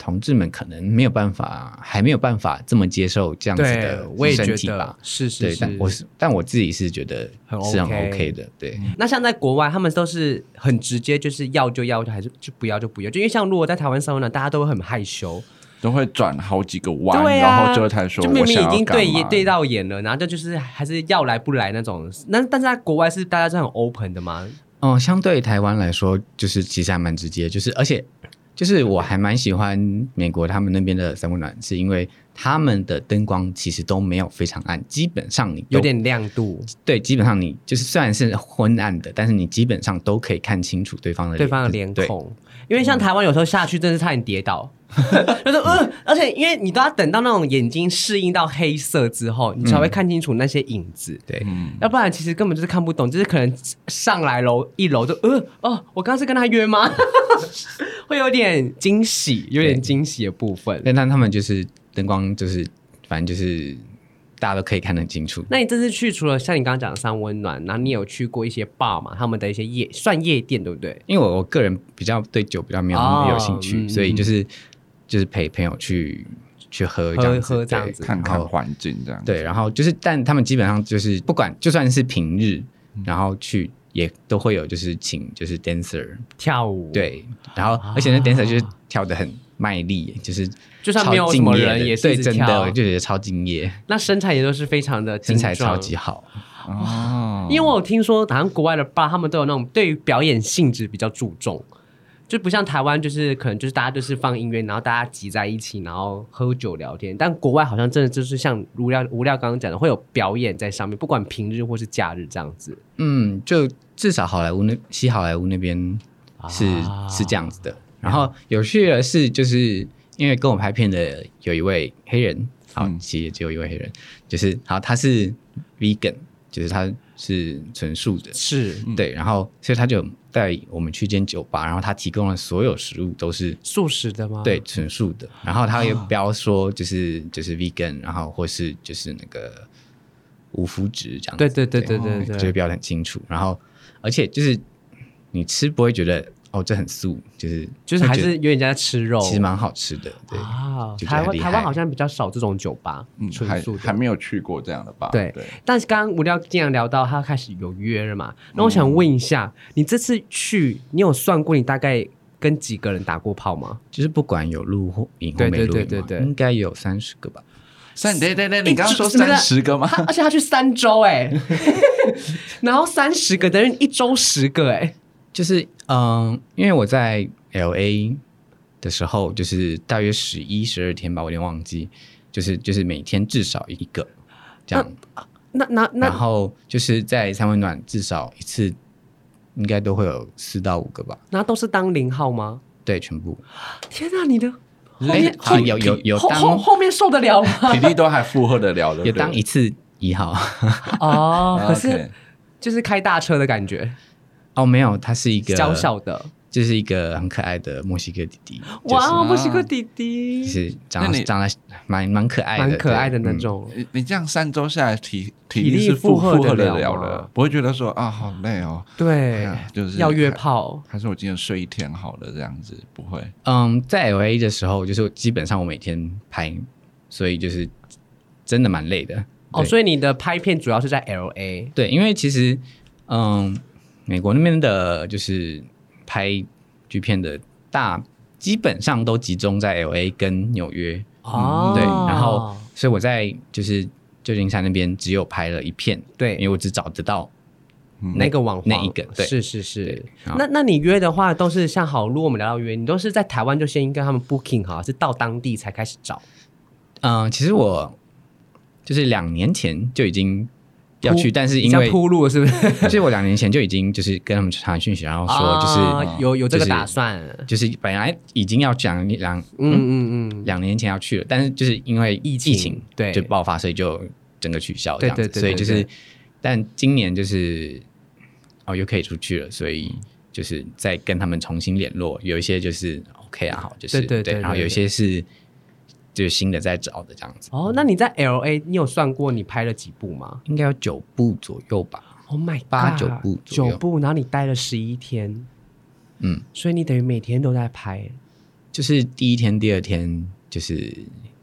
Speaker 3: 同志们可能没有办法，还没有办法这么接受这样子
Speaker 1: 对
Speaker 3: 的，
Speaker 1: 我也
Speaker 3: 身
Speaker 1: 觉
Speaker 3: 体吧
Speaker 1: 得。是是
Speaker 3: 对，但
Speaker 1: 是。
Speaker 3: 我是但我自己是觉得
Speaker 1: 很
Speaker 3: 是很
Speaker 1: OK 嗯
Speaker 3: OK 的，对
Speaker 1: 那像在国外，他们都是很直接，就是要就要，还是就不要就不要。就因为像如果在台湾上呢，大家都会很害羞，
Speaker 2: 都会转好几个弯，
Speaker 1: 对啊
Speaker 2: 然后最后才说
Speaker 1: 就
Speaker 2: 我
Speaker 1: 明明
Speaker 2: 想
Speaker 1: 已
Speaker 2: 要
Speaker 1: 经对
Speaker 2: 干嘛
Speaker 1: 对到眼了，然后这就是还是要来不来那种。那但是在国外是大家是很 open 的嘛？
Speaker 3: 哦，相对台湾来说，就是其实还蛮直接，就是而且就是我还蛮喜欢美国他们那边的三温暖，是因为他们的灯光其实都没有非常暗，基本上你都
Speaker 1: 有点亮度，
Speaker 3: 对，基本上你就是虽然是昏暗的，但是你基本上都可以看清楚对方的
Speaker 1: 对方的脸
Speaker 3: 嗯对嗯
Speaker 1: 孔，因为像台湾有时候下去真的是差点跌倒，
Speaker 3: [LAUGHS]
Speaker 1: 就是呃，而且因为你都要等到那种眼睛适应到黑色之后，你才会看清楚那些影子，
Speaker 3: 对，
Speaker 1: 要不然其实根本就是看不懂，就是可能上来楼一楼就呃哦，我刚刚是跟他约吗？ [LAUGHS] 会有点惊喜，有点惊喜的部分。
Speaker 3: 但但他们就是灯光，就是反正就是大家都可以看得很清楚。
Speaker 1: 那你这次去除了像你刚刚讲的三温暖，然后你有去过一些 bar 嘛？他们的一些夜算夜店对不对？
Speaker 3: 因为我我个人比较对酒比较没有那么有兴
Speaker 1: 哦
Speaker 3: 趣，
Speaker 1: 嗯
Speaker 3: 所以就是就是陪朋友去去
Speaker 1: 喝
Speaker 3: 喝这样子，
Speaker 1: 喝这样
Speaker 3: 对
Speaker 1: 子
Speaker 2: 看
Speaker 3: 然
Speaker 2: 看
Speaker 3: 后
Speaker 2: 环境这样。
Speaker 3: 对，然后就是，但他们基本上就是不管就算是平日，
Speaker 1: 嗯
Speaker 3: 然后去也都会有就是请就是 dancer
Speaker 1: 跳舞，，
Speaker 3: 对，然后而且那 dancer 就是跳的很卖力，就是
Speaker 1: 啊就算没有
Speaker 3: 超
Speaker 1: 什
Speaker 3: 敬
Speaker 1: 么
Speaker 3: 业
Speaker 1: 人
Speaker 3: 的
Speaker 1: 也是一
Speaker 3: 对，
Speaker 1: 直
Speaker 3: 真的
Speaker 1: 跳
Speaker 3: 我就觉得超敬业，
Speaker 1: 那身材也都是非常的
Speaker 3: 身材
Speaker 1: 精壮
Speaker 3: 超级好。
Speaker 2: 哦，
Speaker 1: 因为我有听说，好像国外的 bar 他们都有那种对于表演性质比较注重，就不像台湾，就是可能就是大家就是放音乐，然后大家挤在一起，然后喝酒聊天。但国外好像真的就是像无料无料刚刚讲的，会有表演在上面，不管平日或是假日这样子。
Speaker 3: 嗯，就至少好莱坞那西好莱坞那边是、
Speaker 1: 啊
Speaker 3: 是这样子的。然后有趣的是，就是因为跟我拍片的有一位黑人，好，
Speaker 2: 嗯
Speaker 3: 其实也只有一位黑人，就是好，他是 vegan，就是他是纯素的，
Speaker 1: 是
Speaker 3: 对，然后所以他就带我们去一间酒吧，然后他提供的所有食物都是
Speaker 1: 素食的吗？
Speaker 3: 对，纯素的。然后他也
Speaker 1: 啊
Speaker 3: 标说就是就是 vegan，然后或是就是那个无麸质这样子。
Speaker 1: 对对对对对
Speaker 3: 就会
Speaker 1: 对，
Speaker 3: 标的很清楚。然后而且就是你吃不会觉得哦这很素，就是
Speaker 1: 就是还
Speaker 3: 会觉
Speaker 1: 是
Speaker 3: 得
Speaker 1: 有点在吃肉。
Speaker 3: 其实蛮好吃的。对，
Speaker 1: 啊，
Speaker 3: 就觉得
Speaker 1: 台
Speaker 3: 很
Speaker 1: 湾
Speaker 3: 厉
Speaker 1: 台
Speaker 3: 害
Speaker 1: 湾好像比较少这种酒吧，
Speaker 2: 嗯，
Speaker 1: 纯
Speaker 2: 还
Speaker 1: 素的
Speaker 2: 还。没有去过这样的吧？
Speaker 1: 对但是刚刚无聊经常聊到他开始有约了嘛，那我想问一下，你这次去，你有算过你大概跟几个人打过炮吗？
Speaker 3: 就是不管有录或影或
Speaker 1: 对
Speaker 3: 没
Speaker 1: 对
Speaker 3: 录
Speaker 1: 对
Speaker 3: 影
Speaker 1: 对
Speaker 3: 嘛
Speaker 1: 对
Speaker 3: 应该有三十个吧。
Speaker 2: 三对对对，你刚刚说
Speaker 1: 哎这这个
Speaker 2: 三十个吗？
Speaker 1: [LAUGHS] 他而且他去三周哎、 [LAUGHS] 然后三十个等于一周十个哎、
Speaker 3: 就是嗯，因为我在 L A 的时候，就是大约十一、十二天吧，我有点忘记，就是就是每天至少一个这样，
Speaker 1: 那那
Speaker 3: 然
Speaker 1: 那
Speaker 3: 后就是在三温暖至少一次，应该都会有四到五个吧，
Speaker 1: 那都是当零号吗？
Speaker 3: 对，全部。
Speaker 1: 天哪、你的后
Speaker 3: 哎
Speaker 1: 面、
Speaker 3: 好有有有
Speaker 1: 后
Speaker 3: 当
Speaker 1: 后后面受得了吗？
Speaker 2: 体力都还负荷得了的，
Speaker 3: 有当一次一号
Speaker 1: [LAUGHS]
Speaker 3: [LAUGHS] 啊
Speaker 1: 哦，可是
Speaker 2: OK
Speaker 1: 就是开大车的感觉，
Speaker 3: 哦，没有，他是一个
Speaker 1: 小小，的，
Speaker 3: 就是一个很可爱的墨西哥弟弟，
Speaker 1: 哇，哦
Speaker 2: 啊
Speaker 1: 墨西哥弟
Speaker 3: 就
Speaker 1: 弟，
Speaker 3: 是长
Speaker 2: 那
Speaker 3: 得
Speaker 2: 你
Speaker 3: 长得蛮蛮可爱的，
Speaker 1: 蛮可爱的
Speaker 3: 对嗯
Speaker 1: 那。种。
Speaker 2: 你你这样三周下来体体
Speaker 1: 体力
Speaker 2: 力是负
Speaker 1: 负荷
Speaker 2: 负荷
Speaker 1: 得
Speaker 2: 得
Speaker 1: 了
Speaker 2: 了
Speaker 1: 吗
Speaker 2: 了，不会觉得说啊好累哦，
Speaker 1: 对
Speaker 3: 嗯
Speaker 2: 哎，就是
Speaker 1: 要约
Speaker 2: 还
Speaker 1: 炮，
Speaker 2: 还是我今天睡一天好了这样子，不会。
Speaker 3: 嗯，嗯，在 L A 的时候，就是基本上我每天拍，所以就是真的蛮累的。
Speaker 1: 哦，
Speaker 3: 对
Speaker 1: 所以你的拍片主要是在 L A，
Speaker 3: 对，因为其实嗯，美国那边的就是拍剧片的大基本上都集中在 L A 跟纽约，
Speaker 1: 哦，
Speaker 3: 对，然后所以我在就是旧金山那边只有拍了一片，因为
Speaker 1: 对
Speaker 3: 我只找得到
Speaker 2: 嗯
Speaker 1: 那个网红
Speaker 3: 嗯那一个对
Speaker 1: 是是是。
Speaker 3: 然后
Speaker 1: 那那你约的话都是像好，如果我们聊到约，你都是在台湾就先跟他们 booking 好，还是到当地才开始找？
Speaker 3: 嗯、其实我就是两年前就已经要去，
Speaker 1: 铺
Speaker 3: 但是因
Speaker 1: 像
Speaker 3: 为
Speaker 1: 铺路是不是？
Speaker 3: 就是我两年前就已经就是跟他们传讯息，然后
Speaker 1: [LAUGHS]
Speaker 3: 说就是、嗯
Speaker 1: 啊有有这个
Speaker 3: 就是
Speaker 1: 打算，
Speaker 3: 就是本来已经要讲两
Speaker 1: 嗯嗯嗯，
Speaker 3: 两年前要去了，但是就是因为疫
Speaker 1: 情
Speaker 3: 情
Speaker 1: 对
Speaker 3: 就爆发，所以就整个取消这样子，
Speaker 1: 对对对
Speaker 3: 所以就
Speaker 1: 对
Speaker 3: 是但今年就是哦又可以出去了，所以就是再跟他们重新联络，有一些就是 OK 啊，好就是
Speaker 1: 对对对对
Speaker 3: 然后有一些是就是新的在找的这样子，
Speaker 1: 哦，那你在 L A 你有算过你拍了几部吗
Speaker 3: 应该有九部左右吧，
Speaker 1: ？Oh my god，
Speaker 3: 哦八九部左
Speaker 1: 九
Speaker 3: 右
Speaker 1: 部，然后你待了十一天，
Speaker 3: 嗯，
Speaker 1: 所以你等于每天都在拍。
Speaker 3: 就是第一天、第二天就是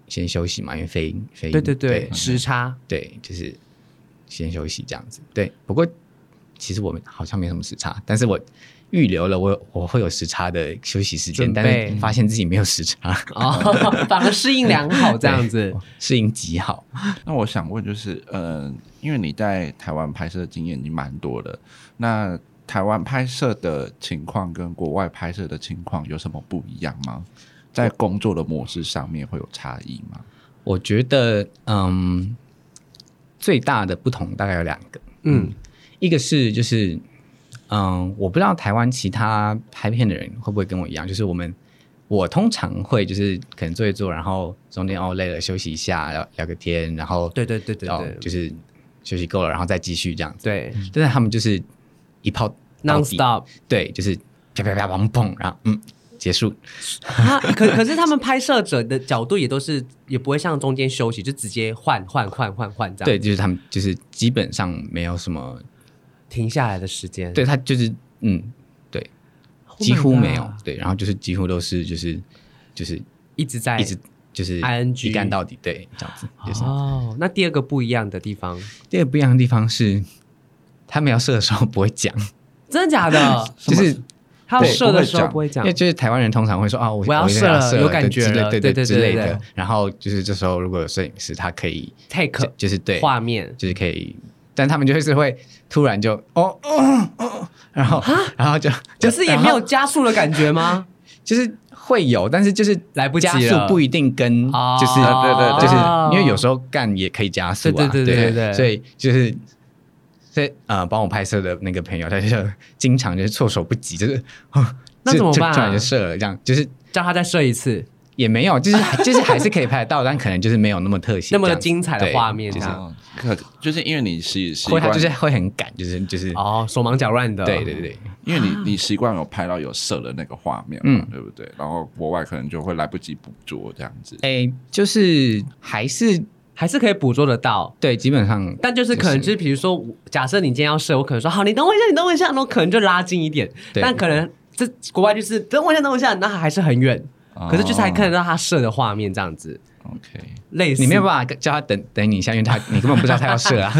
Speaker 3: 先休息嘛，因为飞飞
Speaker 1: 对对对，
Speaker 3: 对
Speaker 1: 时
Speaker 3: [LAUGHS]
Speaker 1: 差
Speaker 3: 对，就是先休息这样子。对，不过其实我们好像没什么时差，但是我预留了我我会有时差的休息时
Speaker 1: 准
Speaker 3: 间，但
Speaker 1: 备
Speaker 3: 是发现自己没有时差，
Speaker 1: 哦，反而适应良好这样子。
Speaker 3: [LAUGHS] 适应极好。
Speaker 2: 那我想问就是，呃，因为你在台湾拍摄的经验已经蛮多的，那台湾拍摄的情况跟国外拍摄的情况有什么不一样吗？在工作的模式上面会有差异吗？
Speaker 3: 我觉得，嗯，最大的不同大概有两个，
Speaker 1: 嗯，
Speaker 3: 一个是就是，嗯，我不知道台湾其他拍片的人会不会跟我一样，就是我们我通常会就是可能坐一坐，然后中间哦累了休息一下，聊聊个天，然后
Speaker 1: 对对对对
Speaker 3: 哦
Speaker 1: 对，
Speaker 3: 就是休息够了，然后再继续这样子。
Speaker 1: 对
Speaker 3: 但是他们就是一炮到
Speaker 1: ，non
Speaker 3: 底
Speaker 1: stop。
Speaker 3: [LAUGHS] 对，就是啪啪啪砰砰，然后嗯结束。
Speaker 1: 他可可是他们拍摄者的角度也都是也不会像中间休息，就直接换换换换换这样，
Speaker 3: 对，，就是他们就是基本上没有什么，
Speaker 1: 停下来的时间，
Speaker 3: 对他就是嗯
Speaker 1: Oh my
Speaker 3: 几乎没
Speaker 1: God
Speaker 3: 有，对，然后就是几乎都是就是就是
Speaker 1: 一直在
Speaker 3: 一直就是
Speaker 1: ING
Speaker 3: 一干到底，对，这样子。就是、
Speaker 1: 哦。那第二个不一样的地方，
Speaker 3: 第二个不一样的地方是，他们要射的时候不会讲，
Speaker 1: [LAUGHS] 真的假的？
Speaker 3: [LAUGHS] 就是
Speaker 1: 他
Speaker 2: 对
Speaker 1: 射的时候
Speaker 2: 不会讲
Speaker 1: 不会讲
Speaker 3: 因为，就是台湾人通常会说啊，我
Speaker 1: 我要
Speaker 3: 一定
Speaker 1: 射
Speaker 3: 要
Speaker 1: 了
Speaker 3: 射
Speaker 1: 有感觉
Speaker 3: 之类
Speaker 1: 了
Speaker 3: 对
Speaker 1: 对对
Speaker 3: 之
Speaker 1: 对
Speaker 3: 类
Speaker 1: 对
Speaker 3: 的
Speaker 1: 对。
Speaker 3: 然后就是这时候如果有摄影师，他可以
Speaker 1: take
Speaker 3: 就就是对
Speaker 1: 画面
Speaker 3: 就是可以但他们就会是会突然就哦哦哦，然后然后就
Speaker 1: 啊可
Speaker 3: 就是
Speaker 1: 也没有加速的感觉吗？
Speaker 3: 就是会有，但是就是
Speaker 1: 来不及
Speaker 3: 加速
Speaker 1: 了
Speaker 3: 不一定跟
Speaker 1: 哦
Speaker 3: 就是
Speaker 2: 对对对
Speaker 3: 就是
Speaker 1: 哦
Speaker 3: 因为有时候干也可以加速啊，
Speaker 1: 对对对对对
Speaker 3: 所以就是。所以呃，帮我拍摄的那个朋友，他就经常就是措手不及，就是 [LAUGHS] 哦，
Speaker 1: 那
Speaker 3: 就
Speaker 1: 怎么办啊
Speaker 3: 就突然就射了，这样就是
Speaker 1: 叫他再射一
Speaker 3: [LAUGHS]
Speaker 1: 次，
Speaker 3: 也没有，就是就是还是可以拍得到，但可能就是没有那么特写这
Speaker 1: [LAUGHS] 那么
Speaker 3: 样子，
Speaker 1: 的精彩的
Speaker 3: 对
Speaker 1: 画面，这啊
Speaker 3: 就是
Speaker 1: 样
Speaker 2: 哦可就是因为你习习
Speaker 3: 会他
Speaker 2: 惯，
Speaker 3: 就是会很赶，就是就是，
Speaker 1: 哦，手忙脚乱的，
Speaker 3: 对对对，
Speaker 2: 因为你你习惯有拍到有射的那个画面嘛，对不对？然后国外可能就会来不及捕捉这样子。
Speaker 3: 哎，就是还是
Speaker 1: 还是可以捕捉得到。
Speaker 3: 对，基本上
Speaker 1: 但就是可能就是比如说，我假设你今天要射，我可能说好，你等我一下，你等我一下，然后可能就拉近一点。
Speaker 3: 对
Speaker 1: 但可能这国外就是等我一下，等我一下，那还是很远，
Speaker 3: 啊
Speaker 1: 可是就是还看得到他射的画面这样子，
Speaker 2: 哦 OK，
Speaker 1: 类似。
Speaker 3: 你没有办法叫他等等你一下，因为他你根本不知道他要射啊。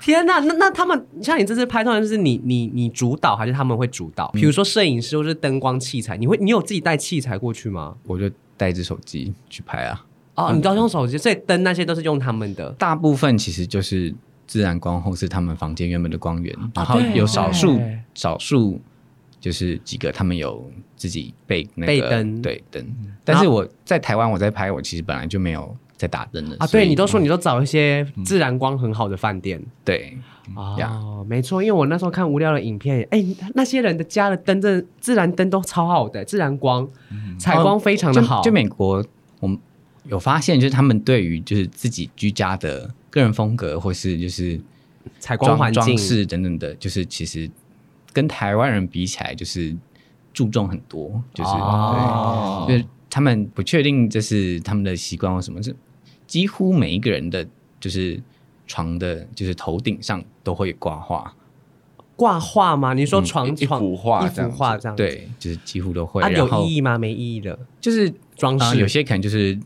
Speaker 1: 天呐，那那他们像你这次拍，通常就是你你你主导，还是他们会主导？
Speaker 3: 嗯
Speaker 1: 比如说摄影师或是灯光器材，你会你有自己带器材过去吗？
Speaker 3: 我就带一只手机去拍啊。
Speaker 1: 哦，你都要用手机，所以灯那些都是用他们的。
Speaker 3: 大部分其实就是自然光后是他们房间原本的光源，然后
Speaker 1: 哦对哦
Speaker 3: 有少数
Speaker 1: 对
Speaker 3: 少数就是几个他们有自己备那个
Speaker 1: 备灯嗯
Speaker 3: 对灯。但是我在台湾我在拍，我其实本来就没有在打灯的
Speaker 1: 啊，
Speaker 3: 所以嗯
Speaker 1: 对你都说你都找一些自然光很好的饭店
Speaker 3: 对
Speaker 1: 哦，没错，因为我那时候看无聊的影片，哎，那些人的家的灯，真的自然灯都超好的，自然光采光非常的
Speaker 3: 嗯哦就
Speaker 1: 好，
Speaker 3: 就美国我们有发现，就是他们对于就是自己居家的个人风格或是就是
Speaker 1: 采光
Speaker 3: 装
Speaker 1: 环境
Speaker 3: 装饰等等的，就是其实跟台湾人比起来，就是注重很多，就是、
Speaker 1: 哦
Speaker 3: 对，就是他们不确定这是他们的习惯或什么，是几乎每一个人的就是床的，就是头顶上都会挂画，
Speaker 1: 挂画吗？你说床
Speaker 2: 嗯一一
Speaker 1: 床
Speaker 2: 幅画
Speaker 1: 一
Speaker 2: 这
Speaker 1: 幅
Speaker 2: 样子
Speaker 1: 画这样子，
Speaker 3: 对，就是几乎都会，
Speaker 1: 啊，
Speaker 3: 然
Speaker 1: 有
Speaker 3: 后
Speaker 1: 意义吗？没意义的
Speaker 3: 就是
Speaker 1: 装
Speaker 3: 啊，
Speaker 1: 饰，
Speaker 3: 有些可能就是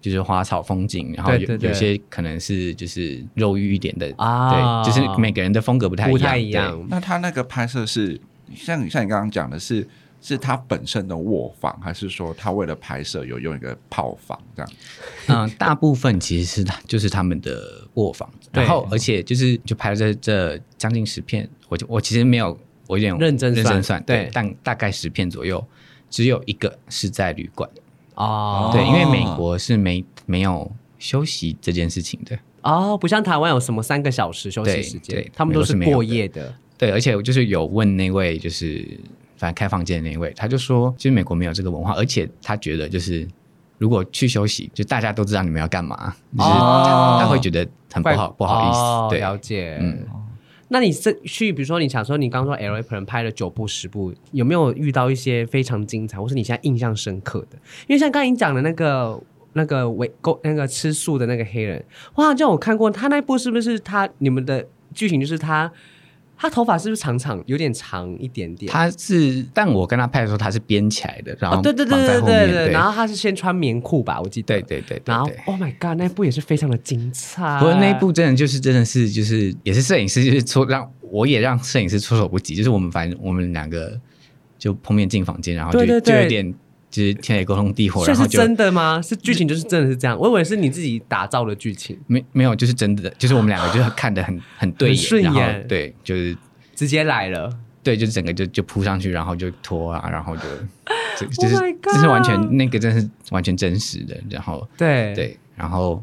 Speaker 3: 就是花草风景，然后
Speaker 1: 对
Speaker 3: 有
Speaker 1: 对对
Speaker 3: 有些可能是就是肉欲一点的
Speaker 1: 啊
Speaker 3: 对，就是每个人的风格不太一
Speaker 1: 不
Speaker 3: 样，
Speaker 1: 太一样
Speaker 3: 对。
Speaker 2: 那他那个拍摄是像你像你刚刚讲的是。是他本身的卧房，还是说他为了拍摄有用一个炮房这样？
Speaker 3: [LAUGHS] 嗯，大部分其实是他就是他们的卧房，
Speaker 1: 对
Speaker 3: 然后而且就是就拍了这这将近十片，我就我其实没有我有点
Speaker 1: 认真算
Speaker 3: 认真算
Speaker 1: 对
Speaker 3: 对，但大概十片左右，只有一个是在旅馆，
Speaker 1: 哦，
Speaker 3: 对，因为美国是没没有休息这件事情的，
Speaker 1: 哦，不像台湾有什么三个小时休息时
Speaker 3: 对
Speaker 1: 间
Speaker 3: 对，
Speaker 1: 他们都是
Speaker 3: 美国是没有
Speaker 1: 过
Speaker 3: 的
Speaker 1: 夜的。
Speaker 3: 对，而且我就是有问那位就是反正开房间的那位，他就说，就是美国没有这个文化，而且他觉得就是如果去休息，就大家都知道你们要干嘛，就是
Speaker 1: 哦
Speaker 3: 他他会觉得很不好不好意思，
Speaker 1: 哦
Speaker 3: 对，
Speaker 1: 了解。
Speaker 3: 嗯
Speaker 1: 那你这去，比如说你想说，你刚刚说 L A 可能拍了九部十部，有没有遇到一些非常精彩，或是你现在印象深刻的？因为像刚才你讲的那个那个维购那个吃素的那个黑人，哇，这样我看过他那一部是不是他你们的剧情就是他他头发是不是长长有点长一点点？
Speaker 3: 他是，但我跟他拍的时候，他是编起来的，然
Speaker 1: 哦
Speaker 3: 后，
Speaker 1: 对对对
Speaker 3: 绑在
Speaker 1: 对
Speaker 3: 后
Speaker 1: 对
Speaker 3: 面
Speaker 1: 对，
Speaker 3: 对
Speaker 1: 然后他是先穿棉裤吧，我记得。
Speaker 3: 对对对对
Speaker 1: 然后呃
Speaker 3: 对。
Speaker 1: ，Oh my God，那一部也是非常的精彩。
Speaker 3: 不过那一部真的就是真的是就是也是摄影师就是措让我也让摄影师措手不及，就是我们反正我们两个就碰面进房间，然后就
Speaker 1: 对对对
Speaker 3: 就有点就是天雷勾通地火，
Speaker 1: 所
Speaker 3: 然
Speaker 1: 以
Speaker 3: 后
Speaker 1: 是
Speaker 3: 就嗯
Speaker 1: 真的吗？是剧情就是真的是这样？我以为是你自己打造的剧情，
Speaker 3: 没没有，就是真的，就是我们两个就是看得很很对眼，
Speaker 1: 很顺眼
Speaker 3: 然后对，就是
Speaker 1: 直接来了。
Speaker 3: 对，就是整个就就扑上去，然后就拖啊，然后就就就是
Speaker 1: [LAUGHS] Oh my god
Speaker 3: 这是完全那个真是完全真实的，然后
Speaker 1: 对，
Speaker 3: 对，然后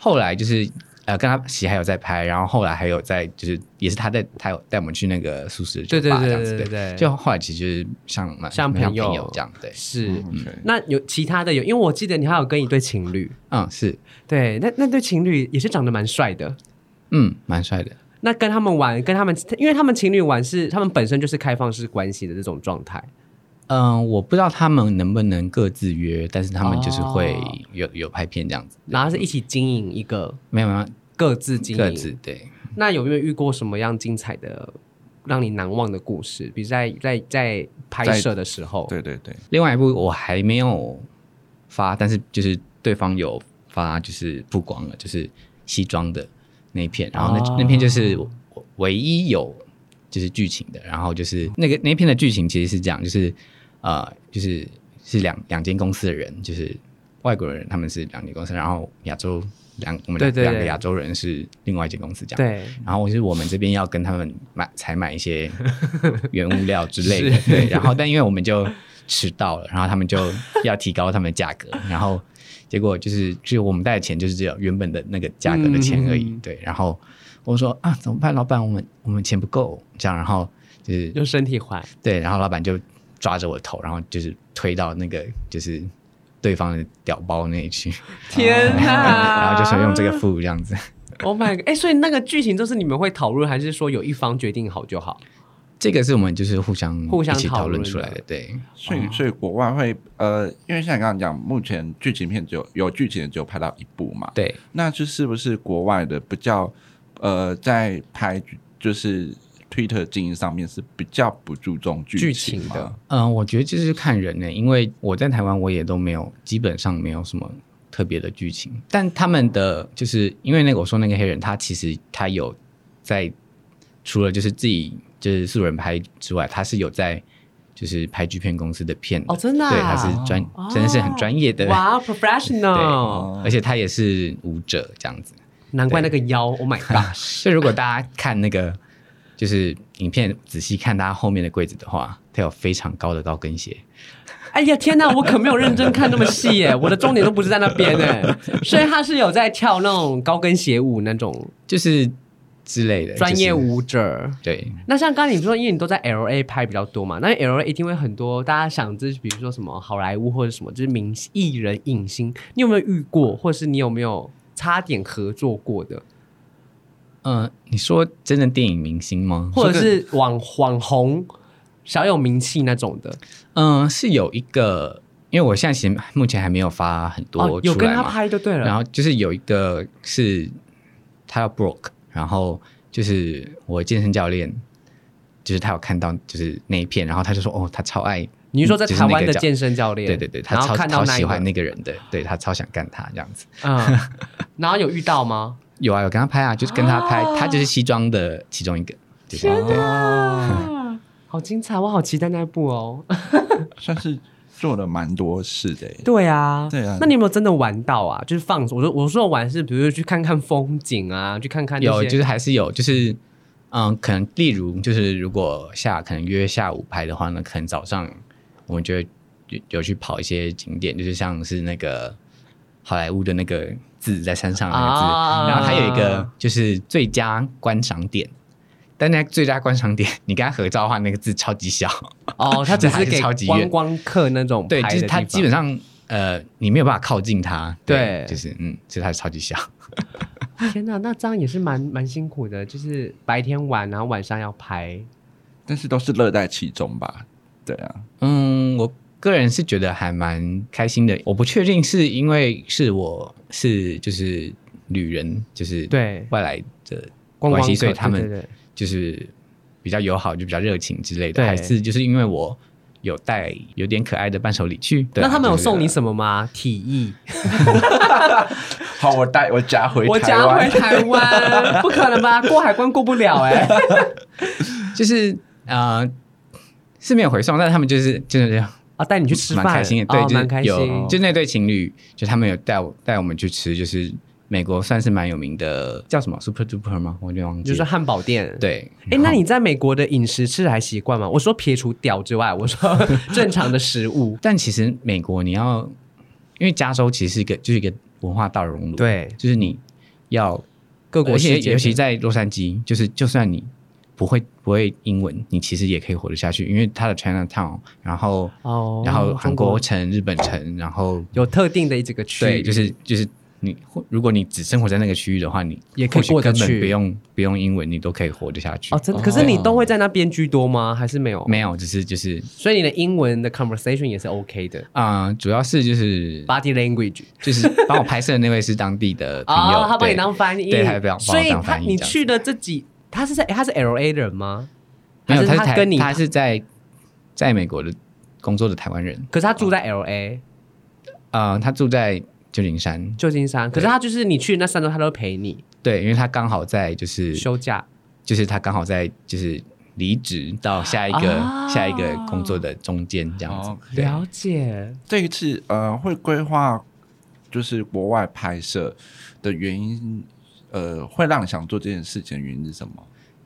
Speaker 3: 后来就是呃跟他喜还有在拍，然后后来还有在就是也是他带他有带我们去那个素食酒
Speaker 1: 对对
Speaker 3: 吧
Speaker 1: 对
Speaker 3: 这样子，
Speaker 1: 对对对
Speaker 3: 就后来其实就是像蛮
Speaker 1: 像
Speaker 3: 朋
Speaker 1: 朋友
Speaker 3: 这样，对，
Speaker 1: 是。
Speaker 2: 嗯 OK，
Speaker 1: 那有其他的有，因为我记得你还有跟一对情侣，
Speaker 3: 嗯是，
Speaker 1: 对，那那对情侣也是长得蛮帅的。
Speaker 3: 嗯蛮帅的，
Speaker 1: 那跟他们玩，跟他们，因为他们情侣玩是他们本身就是开放式关系的这种状态，
Speaker 3: 嗯我不知道他们能不能各自约，但是他们就是会
Speaker 1: 哦
Speaker 3: 有有拍片这样子，
Speaker 1: 然后是一起经营一个
Speaker 3: 没有没有
Speaker 1: 各自经营
Speaker 3: 各自对，
Speaker 1: 那有没有遇过什么样精彩的、让你难忘的故事？比如在在在拍摄的时候，
Speaker 2: 对对对，
Speaker 3: 另外一部我还没有发，但是就是对方有发，就是曝光了，就是西装的那一片，然后那、
Speaker 1: 哦
Speaker 3: 那片就是我我唯一有就是剧情的，然后就是那个那片的剧情其实是这样，就是呃，就是是两两间公司的人，就是外国人他们是两间公司，然后亚洲两我们
Speaker 1: 对
Speaker 3: 两
Speaker 1: 对
Speaker 3: 两个
Speaker 1: 对
Speaker 3: 亚洲人是另外一间公司这样。
Speaker 1: 对，
Speaker 3: 然后我是我们这边要跟他们买 [LAUGHS] 采买一些原物料之类的，对。然后但因为我们就迟到了，然后他们就要提高他们的价格，然后结果就是只有我们带的钱就是只有原本的那个价格的钱而已，
Speaker 1: 嗯嗯嗯
Speaker 3: 对。然后我说啊，怎么办，老板，我们我们钱不够，这样，然后就是
Speaker 1: 用身体还，
Speaker 3: 对，然后老板就抓着我的头，然后就是推到那个就是对方的屌包那
Speaker 1: [LAUGHS]
Speaker 3: 里去，
Speaker 1: 天哪！
Speaker 3: 然后就说用这个付这样
Speaker 1: [LAUGHS]
Speaker 3: 子。
Speaker 1: ，Oh my god！哎，所以那个剧情都是你们会讨论，还是说有一方决定好就好？
Speaker 3: 这个是我们就是互相
Speaker 1: 互相
Speaker 3: 一起
Speaker 1: 讨
Speaker 3: 讨论
Speaker 1: 论
Speaker 3: 出来
Speaker 1: 的
Speaker 3: 的，对。
Speaker 2: 所以，所以国外会呃，因为像你刚刚讲，目前剧情片只有有剧情的只有拍到一部嘛，
Speaker 3: 对，
Speaker 2: 那就是不是国外的比较呃，在拍就是 Twitter 经营上面是比较不注重剧
Speaker 1: 剧情
Speaker 2: 吗
Speaker 1: 的，
Speaker 3: 嗯、我觉得这是看人呢、因为我在台湾我也都没有，基本上没有什么特别的剧情，但他们的就是因为那个我说那个黑人，他其实他有在除了就是自己就是素人拍之外，他是有在就是拍剧片公司的片的
Speaker 1: 哦真的啊
Speaker 3: 对，他是专、
Speaker 1: 哦
Speaker 3: 真的是很专业的，
Speaker 1: 哇
Speaker 3: 对哦
Speaker 1: ，professional！
Speaker 3: 而且他也是舞者这样子。 [LAUGHS]
Speaker 1: 难怪那个腰，Oh my god！
Speaker 3: 就如果大家看那个就是影片，仔细看它后面的柜子的话，它有非常高的高跟鞋。
Speaker 1: 哎呀，天哪！我可没有认真看那么细耶，我的重点都不是在那边哎，所以他是有在跳那种高跟鞋舞那种
Speaker 3: 就是之类的
Speaker 1: 专业。
Speaker 3: 就是
Speaker 1: 舞者。
Speaker 3: 对，
Speaker 1: 那像刚才你说，因为你都在 L A 拍比较多嘛，那 L A 一定会很多大家想就是比如说什么好莱坞或者什么，就是明星艺人影星，你有没有遇过，或者是你有没有差点合作过的，
Speaker 3: 嗯、你说真的电影明星吗？
Speaker 1: 或者是网网红小有名气那种的？
Speaker 3: 嗯、是有一个，因为我现在其实目前还没有发很多出来嘛，
Speaker 1: 哦，有跟他拍就对
Speaker 3: 然
Speaker 1: 了。
Speaker 3: 后就是有一个是他要 broke，然后就是我健身教练。就是他有看到就是那一片，然后他就说哦，他超爱嗯
Speaker 1: 你是说在
Speaker 3: 就是
Speaker 1: 台
Speaker 3: 那个
Speaker 1: 湾的
Speaker 3: 角
Speaker 1: 健身教练？
Speaker 3: 对对对，他
Speaker 1: 然
Speaker 3: 超
Speaker 1: 后看到
Speaker 3: 超
Speaker 1: 那一
Speaker 3: 喜欢
Speaker 1: 个，
Speaker 3: 那个人的，对他超想干他这样子。 [LAUGHS]
Speaker 1: 嗯，然后有遇到吗？
Speaker 3: 有啊，有跟他拍啊，就是跟他拍，
Speaker 1: 啊
Speaker 3: 他就是西装的其中一个。就是对
Speaker 2: 哦
Speaker 1: 啊，好精彩！我好期待那一部哦。
Speaker 2: 算是做了蛮多事的、欸。
Speaker 1: 对啊，
Speaker 2: 对啊
Speaker 1: 那你有没有真的玩到啊？就是放松，我说我说的玩是，比如说去看看风景啊，去看看那
Speaker 3: 有
Speaker 1: 些
Speaker 3: 就是还是有，就是嗯，可能例如就是如果下可能约下午拍的话呢，可能早上我们就会有有去跑一些景点，就是像是那个好莱坞的那个字在山上的那个字，
Speaker 1: 啊
Speaker 3: 然后它有一个就是最佳观赏点。但那最佳观赏点，你跟他合照的话，那个字超级小， [LAUGHS]
Speaker 1: 哦，它只
Speaker 3: 这还
Speaker 1: 是
Speaker 3: 是
Speaker 1: 给
Speaker 3: 超级远
Speaker 1: 观光客那种
Speaker 3: 对，
Speaker 1: 拍
Speaker 3: 就是
Speaker 1: 的
Speaker 3: 它
Speaker 1: 地方
Speaker 3: 基本上呃，你没有办法靠近它，
Speaker 1: 对
Speaker 3: 就是嗯，所以它超级小。
Speaker 1: 天哪，那这样也是蛮蛮辛苦的，就是白天玩，然后晚上要拍。
Speaker 2: 但是都是乐在其中吧？对啊，
Speaker 3: 嗯，我个人是觉得还蛮开心的。我不确定是因为是我是就是旅人，就是
Speaker 1: 对
Speaker 3: 外来的
Speaker 1: 观光
Speaker 3: 关
Speaker 1: 客
Speaker 3: 系，所以他
Speaker 1: 对对
Speaker 3: 们
Speaker 1: 对
Speaker 3: 就是比较友好，就比较热情之类的，
Speaker 1: 对
Speaker 3: 还是就是因为我。有带有点可爱的伴手礼去，对啊
Speaker 1: 那他们有
Speaker 3: 就是呃
Speaker 1: 送你什么吗？体艺，
Speaker 2: 好，我带我夹回
Speaker 1: 我
Speaker 2: 台
Speaker 1: 家
Speaker 2: 湾
Speaker 1: 回台
Speaker 3: [LAUGHS]
Speaker 1: 湾，不可能吧？过海关过不了哎、
Speaker 3: 就是呃是没有回送，但他们就是就是这样。
Speaker 1: 啊，带你去吃饭，
Speaker 3: 蛮开心的，对，
Speaker 1: 哦
Speaker 3: 就是
Speaker 1: 蛮开心。
Speaker 3: 有就那对情侣，就他们有带我带我们去吃，就是美国算是蛮有名的，叫什么 Super Duper 吗？我有点忘记
Speaker 1: 就是
Speaker 3: 了。
Speaker 1: 汉堡店。。
Speaker 3: 对，
Speaker 1: 哎、那你在美国的饮食吃得还习惯吗？我说撇除屌之外，我说
Speaker 3: [LAUGHS]
Speaker 1: 正常的食物。
Speaker 3: 但其实美国你要，因为加州其实是一个就是一个文化大熔炉，，
Speaker 1: 对，
Speaker 3: 就是你要
Speaker 1: 各国
Speaker 3: 而且
Speaker 1: 世界
Speaker 3: 尤其在洛杉矶，就是就算你不会不会英文，你其实也可以活得下去，因为它的 China Town，然后、
Speaker 1: 哦，
Speaker 3: 然后韩
Speaker 1: 中
Speaker 3: 国城、日本城，然后
Speaker 1: 有特定的一这个区，
Speaker 3: 对，就是就是你，或如果你只生活在那个区域的话，你
Speaker 1: 也可以
Speaker 3: 或许
Speaker 1: 过得
Speaker 3: 根本
Speaker 1: 去
Speaker 3: 不用不用英文，你都可以活得下去。
Speaker 1: 哦，真的。哦可是你都会在那边居多吗？还是没有？
Speaker 3: 没有，只是就是
Speaker 1: 所以你的英文的 conversation 也是 OK 的
Speaker 3: 啊、呃主要是就是
Speaker 1: ，body language。
Speaker 3: 就是帮我拍摄的那位是当
Speaker 1: [LAUGHS]
Speaker 3: 地的朋友，
Speaker 1: 哦，他帮你
Speaker 3: 对
Speaker 1: 当翻译，
Speaker 3: 对他帮我
Speaker 1: 所以
Speaker 3: 当
Speaker 1: 他
Speaker 3: 翻译
Speaker 1: 你
Speaker 3: 这样
Speaker 1: 去的这几，他是在他是 L A 人吗？
Speaker 3: 没有，
Speaker 1: 还
Speaker 3: 他
Speaker 1: 是
Speaker 3: 是台
Speaker 1: 跟你，
Speaker 3: 他是在在美国的工作的台湾人，
Speaker 1: 可是他住在 L A
Speaker 3: 呃，他住在旧金山，
Speaker 1: 旧金山，可是他就是你去那三周，他都会陪你
Speaker 3: 对，因为他刚好在就是
Speaker 1: 休假。
Speaker 3: 就是他刚好在就是离职到下一个、
Speaker 1: 啊
Speaker 3: 下一个工作的中间这样子，
Speaker 2: 哦
Speaker 3: 对。
Speaker 1: 了解，
Speaker 2: 这一次呃，会规划就是国外拍摄的原因，呃，会让你想做这件事情的原因是什么？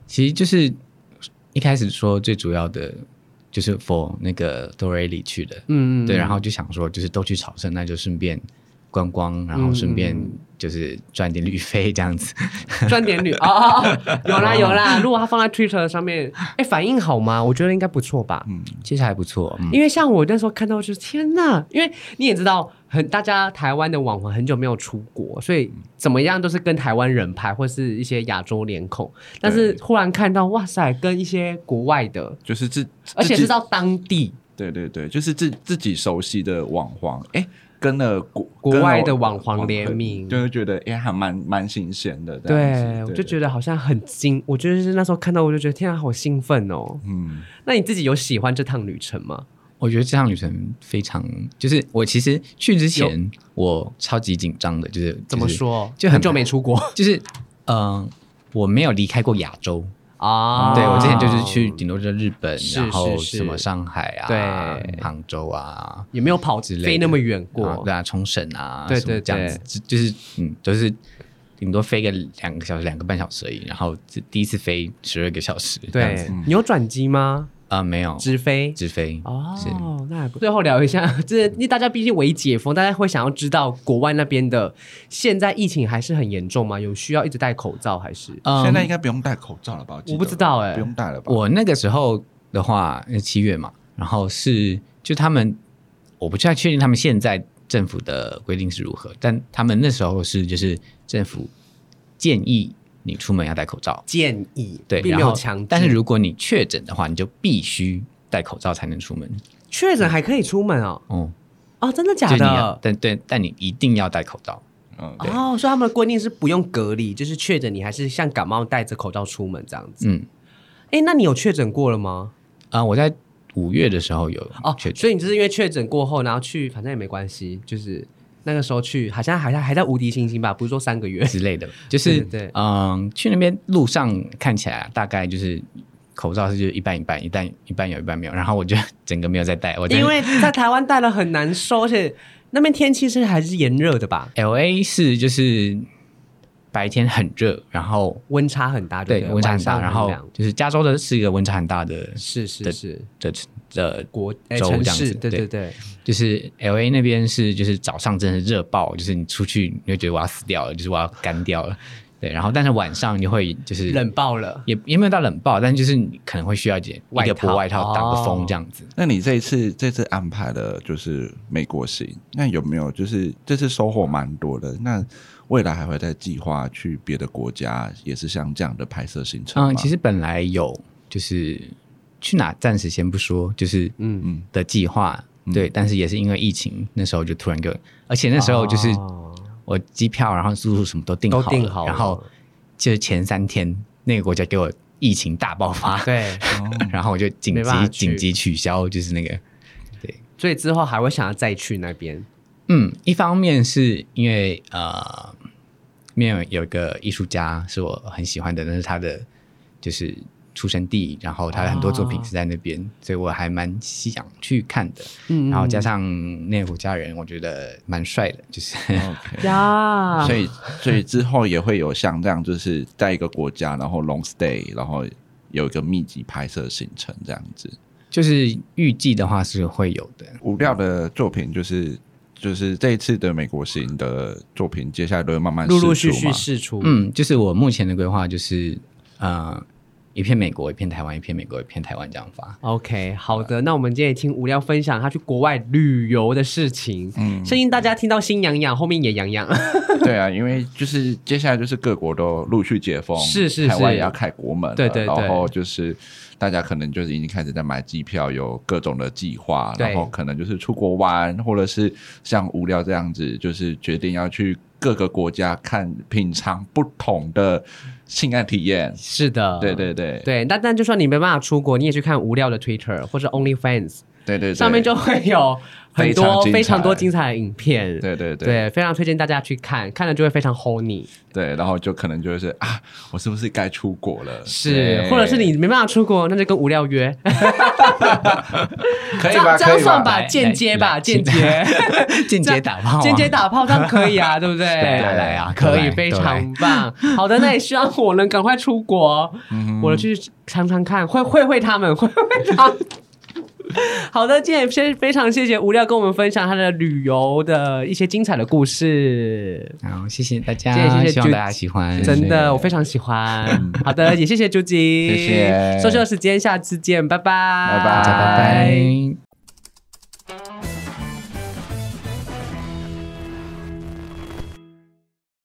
Speaker 3: 其实就是一开始说最主要的就是 for 那个多瑞里去的，
Speaker 1: 嗯
Speaker 3: 对，然后就想说就是都去朝圣，那就顺便观光，然后顺便
Speaker 1: 嗯嗯嗯
Speaker 3: 就是赚点旅费这样子。
Speaker 1: [LAUGHS] 赚点旅哦哦，哦有啦有啦。如果他放在 Twitter 上面，哎，反应好吗？我觉得应该不错吧。
Speaker 2: 嗯，
Speaker 3: 其实还不错，嗯，
Speaker 1: 因为像我那时候看到，就是天呐！因为你也知道，很大家台湾的网红很久没有出国，所以怎么样都是跟台湾人拍，或是一些亚洲脸孔。但是忽然看到，哇塞，跟一些国外的，
Speaker 2: 就是自，
Speaker 1: 而且
Speaker 2: 自己
Speaker 1: 是到当地
Speaker 2: 对对对，就是自自己熟悉的网黄，哎，跟了国
Speaker 1: 国外的网黄
Speaker 2: 黄
Speaker 1: 联名，
Speaker 2: 就会觉得哎还蛮蛮新鲜的。
Speaker 1: 对，我就觉
Speaker 2: 得，
Speaker 1: 得好像很惊。我觉得是那时候看到，我就觉得天啊，好兴奋哦！
Speaker 2: 嗯，
Speaker 1: 那你自己有喜欢这趟旅程吗？
Speaker 3: 我觉得这趟旅程非常，就是我其实去之前我超级紧张的，就是
Speaker 1: 怎么？
Speaker 3: 就是
Speaker 1: 说？
Speaker 3: 就很
Speaker 1: 很久没出国
Speaker 3: 就是嗯、呃我没有离开过亚洲，
Speaker 1: 啊
Speaker 3: 对我之前就是去，顶多就是日本，
Speaker 1: 是
Speaker 3: 然后
Speaker 1: 是是
Speaker 3: 什么上海啊、
Speaker 1: 对
Speaker 3: 杭州啊。
Speaker 1: 也没有跑
Speaker 3: 之类的
Speaker 1: 飞那么远
Speaker 3: 啊
Speaker 1: 过
Speaker 3: 对。啊，冲绳啊，
Speaker 1: 对
Speaker 3: 什么
Speaker 1: 对
Speaker 3: 这样子，就就是嗯，都、是顶多飞个两个小时、两个半小时而已。然后这第一次飞十二个小时，这样子嗯
Speaker 1: 对，你有转机吗？
Speaker 3: 啊、没有
Speaker 1: 直飞。
Speaker 3: 直飞是
Speaker 1: 哦，那还不最后聊一下， [LAUGHS] 这因为大家毕竟为解封，大家会想要知道国外那边的现在疫情还是很严重吗？有需要一直戴口罩还是？
Speaker 3: 嗯
Speaker 2: 现在应该不用戴口罩了吧？记
Speaker 1: 我
Speaker 2: 得
Speaker 1: 不知道哎
Speaker 2: 不用戴了吧？
Speaker 3: 我那个时候的话，呃七月嘛，然后是就他们，我不太确定他们现在政府的规定是如何，但他们那时候是就是政府建议你出门要戴口罩，
Speaker 1: 建议
Speaker 3: 对，
Speaker 1: 并没
Speaker 3: 然
Speaker 1: 有
Speaker 3: 后
Speaker 1: 强制，
Speaker 3: 但是如果你确诊的话，你就必须戴口罩才能出门。
Speaker 1: 确诊还可以出门哦。
Speaker 3: 哦、
Speaker 1: 哦，真的
Speaker 3: 就
Speaker 1: 假
Speaker 3: 是你要，
Speaker 1: 的？
Speaker 3: 但对，但你一定要戴口罩。
Speaker 2: 嗯，对
Speaker 1: 哦，所以他们的规定是不用隔离，就是确诊你还是像感冒戴着口罩出门这样子。
Speaker 3: 嗯，
Speaker 1: 哎，那你有确诊过了吗？
Speaker 3: 啊、我在五月的时候有
Speaker 1: 哦
Speaker 3: 确，诊，
Speaker 1: 所以你就是因为确诊过后，然后去，反正也没关系，就是那个时候去，好像还在还在无敌星星吧？不是说三个月？
Speaker 3: 之类的，就
Speaker 1: 对
Speaker 3: 是
Speaker 1: 对对
Speaker 3: 嗯，去那边路上看起来大概就是口罩是就一半一半，一半一半有一半没有，然后我就整个没有再戴，我在
Speaker 1: 因为在台湾戴了很难受，而且那边天气是还是炎热的吧，
Speaker 3: L A 是就是白天很热，然后
Speaker 1: 温差很大
Speaker 3: 对
Speaker 1: 对不
Speaker 3: 温差很大，
Speaker 1: 晚上
Speaker 3: 然后
Speaker 1: 凉
Speaker 3: 就是加州的是一个温差很大的
Speaker 1: 是是是
Speaker 3: 的的
Speaker 1: 国哎
Speaker 3: 州
Speaker 1: 城
Speaker 3: 这样
Speaker 1: 市，
Speaker 3: 子，
Speaker 1: 对对对，
Speaker 3: 就是 L A 那边是就是早上真的是热爆，就是你出去你会觉得我要死掉了，就是我要干掉了，对，然后但是晚上你会就是
Speaker 1: 冷爆了。
Speaker 3: 也也没有到冷爆，但就是你可能会需要一件
Speaker 1: 外
Speaker 3: 一
Speaker 1: 套
Speaker 3: 个薄外套挡个
Speaker 1: 哦
Speaker 3: 风这样子。
Speaker 2: 那你这一次这次安排了就是美国行，那有没有就是这次收获蛮多的？那未来还会再计划去别的国家，也是像这样的拍摄行程吗？
Speaker 3: 嗯，其实本来有就是去哪暂时先不说，就是嗯嗯的计划，
Speaker 1: 嗯
Speaker 3: 对，但是也是因为疫情那时候就突然就，而且那时候就是
Speaker 1: 哦
Speaker 3: 我机票然后住宿什么都订
Speaker 1: 都
Speaker 3: 好
Speaker 1: 订
Speaker 3: 了
Speaker 1: 好
Speaker 3: 然后
Speaker 1: 了
Speaker 3: 就是前三天那个国家给我疫情大爆发，
Speaker 1: 对，
Speaker 3: [LAUGHS] 然后我就紧
Speaker 1: 哦没办法去
Speaker 3: 急紧急取消，就是那个
Speaker 1: 所以之后还会想要再去那边
Speaker 3: 嗯，一方面是因为呃，面有有一个艺术家是我很喜欢的，但是他的就是出生地，然后他的很多作品是在那边，所以我还蛮想去看的。
Speaker 1: 嗯
Speaker 3: 然后加上那个家人，我觉得蛮帅的，就是、
Speaker 1: 哦
Speaker 2: OK。
Speaker 1: 呀
Speaker 2: 所以，所以之后也会有像这样，就是在一个国家，然后 long stay，然后有一个密集拍摄行程这样子。
Speaker 3: [LAUGHS] 就是预计的话是会有的。
Speaker 2: 无料的作品就是就是这一次的美国行的作品，接下来都会慢慢
Speaker 1: 陆陆续
Speaker 2: 释出
Speaker 1: 续
Speaker 2: 嘛
Speaker 1: 试出，
Speaker 3: 嗯，就是我目前的规划就是呃，一片美国，一片台湾，一片美国，一片台湾这样发。
Speaker 1: OK，好的，那我们今天也听无聊分享他去国外旅游的事情，
Speaker 2: 嗯
Speaker 1: 相信大家听到心痒痒，后面也痒
Speaker 2: [LAUGHS]
Speaker 1: 痒。
Speaker 2: 对啊，因为就是接下来就是各国都陆续解封，
Speaker 1: 是是
Speaker 2: 台湾
Speaker 1: 是
Speaker 2: 也要开国门了，
Speaker 1: 对对对
Speaker 2: 然后就是大家可能就是已经开始在买机票，有各种的计划，
Speaker 1: 对
Speaker 2: 然后可能就是出国玩，或者是像无聊这样子，就是决定要去各个国家看品尝不同的性爱体验。
Speaker 1: 是的，
Speaker 2: 对对对，
Speaker 1: 对，但但就算你没办法出国，你也去看无聊的 Twitter 或者 OnlyFans，
Speaker 2: 对对对，
Speaker 1: 上面就会有很
Speaker 2: 非常
Speaker 1: 多
Speaker 2: 精彩
Speaker 1: 非常多精彩的影片。
Speaker 2: 对对对
Speaker 1: 对，非常推荐大家去看，看了就会非常 h o n y
Speaker 2: 对，然后就可能就是啊，我是不是该出国了？
Speaker 1: 是，
Speaker 2: 对
Speaker 1: 或者是你没办法出国，那就跟无聊约，
Speaker 2: 可
Speaker 1: 这
Speaker 2: 以
Speaker 1: 样
Speaker 2: 吧？
Speaker 1: 这
Speaker 2: 可
Speaker 1: 样
Speaker 2: 以
Speaker 1: 算
Speaker 2: 吧？
Speaker 1: 吧，
Speaker 3: 来
Speaker 1: 间接吧，
Speaker 3: 来
Speaker 1: 间接，
Speaker 3: 间接打炮啊，
Speaker 1: 间接打炮，这样可以
Speaker 3: [LAUGHS]
Speaker 1: 啊，对不对？
Speaker 3: 来来来啊，
Speaker 1: 可
Speaker 3: 来
Speaker 1: 以，非常棒。好的，那也希望我能赶快出国，
Speaker 3: 嗯
Speaker 1: 我去尝尝看，会会会他们，会 [LAUGHS] 会他们。好的，今天也先非常谢谢无聊跟我们分享他的旅游的一些精彩的故事，
Speaker 3: 对好，谢谢大家，
Speaker 1: 谢谢谢谢
Speaker 3: 希望大家喜欢，嗯
Speaker 1: 真的我非常喜欢。好的，也谢谢朱吉，
Speaker 2: 谢谢
Speaker 1: 收秀时间，下次见，拜拜，
Speaker 2: 拜
Speaker 3: 大家拜拜。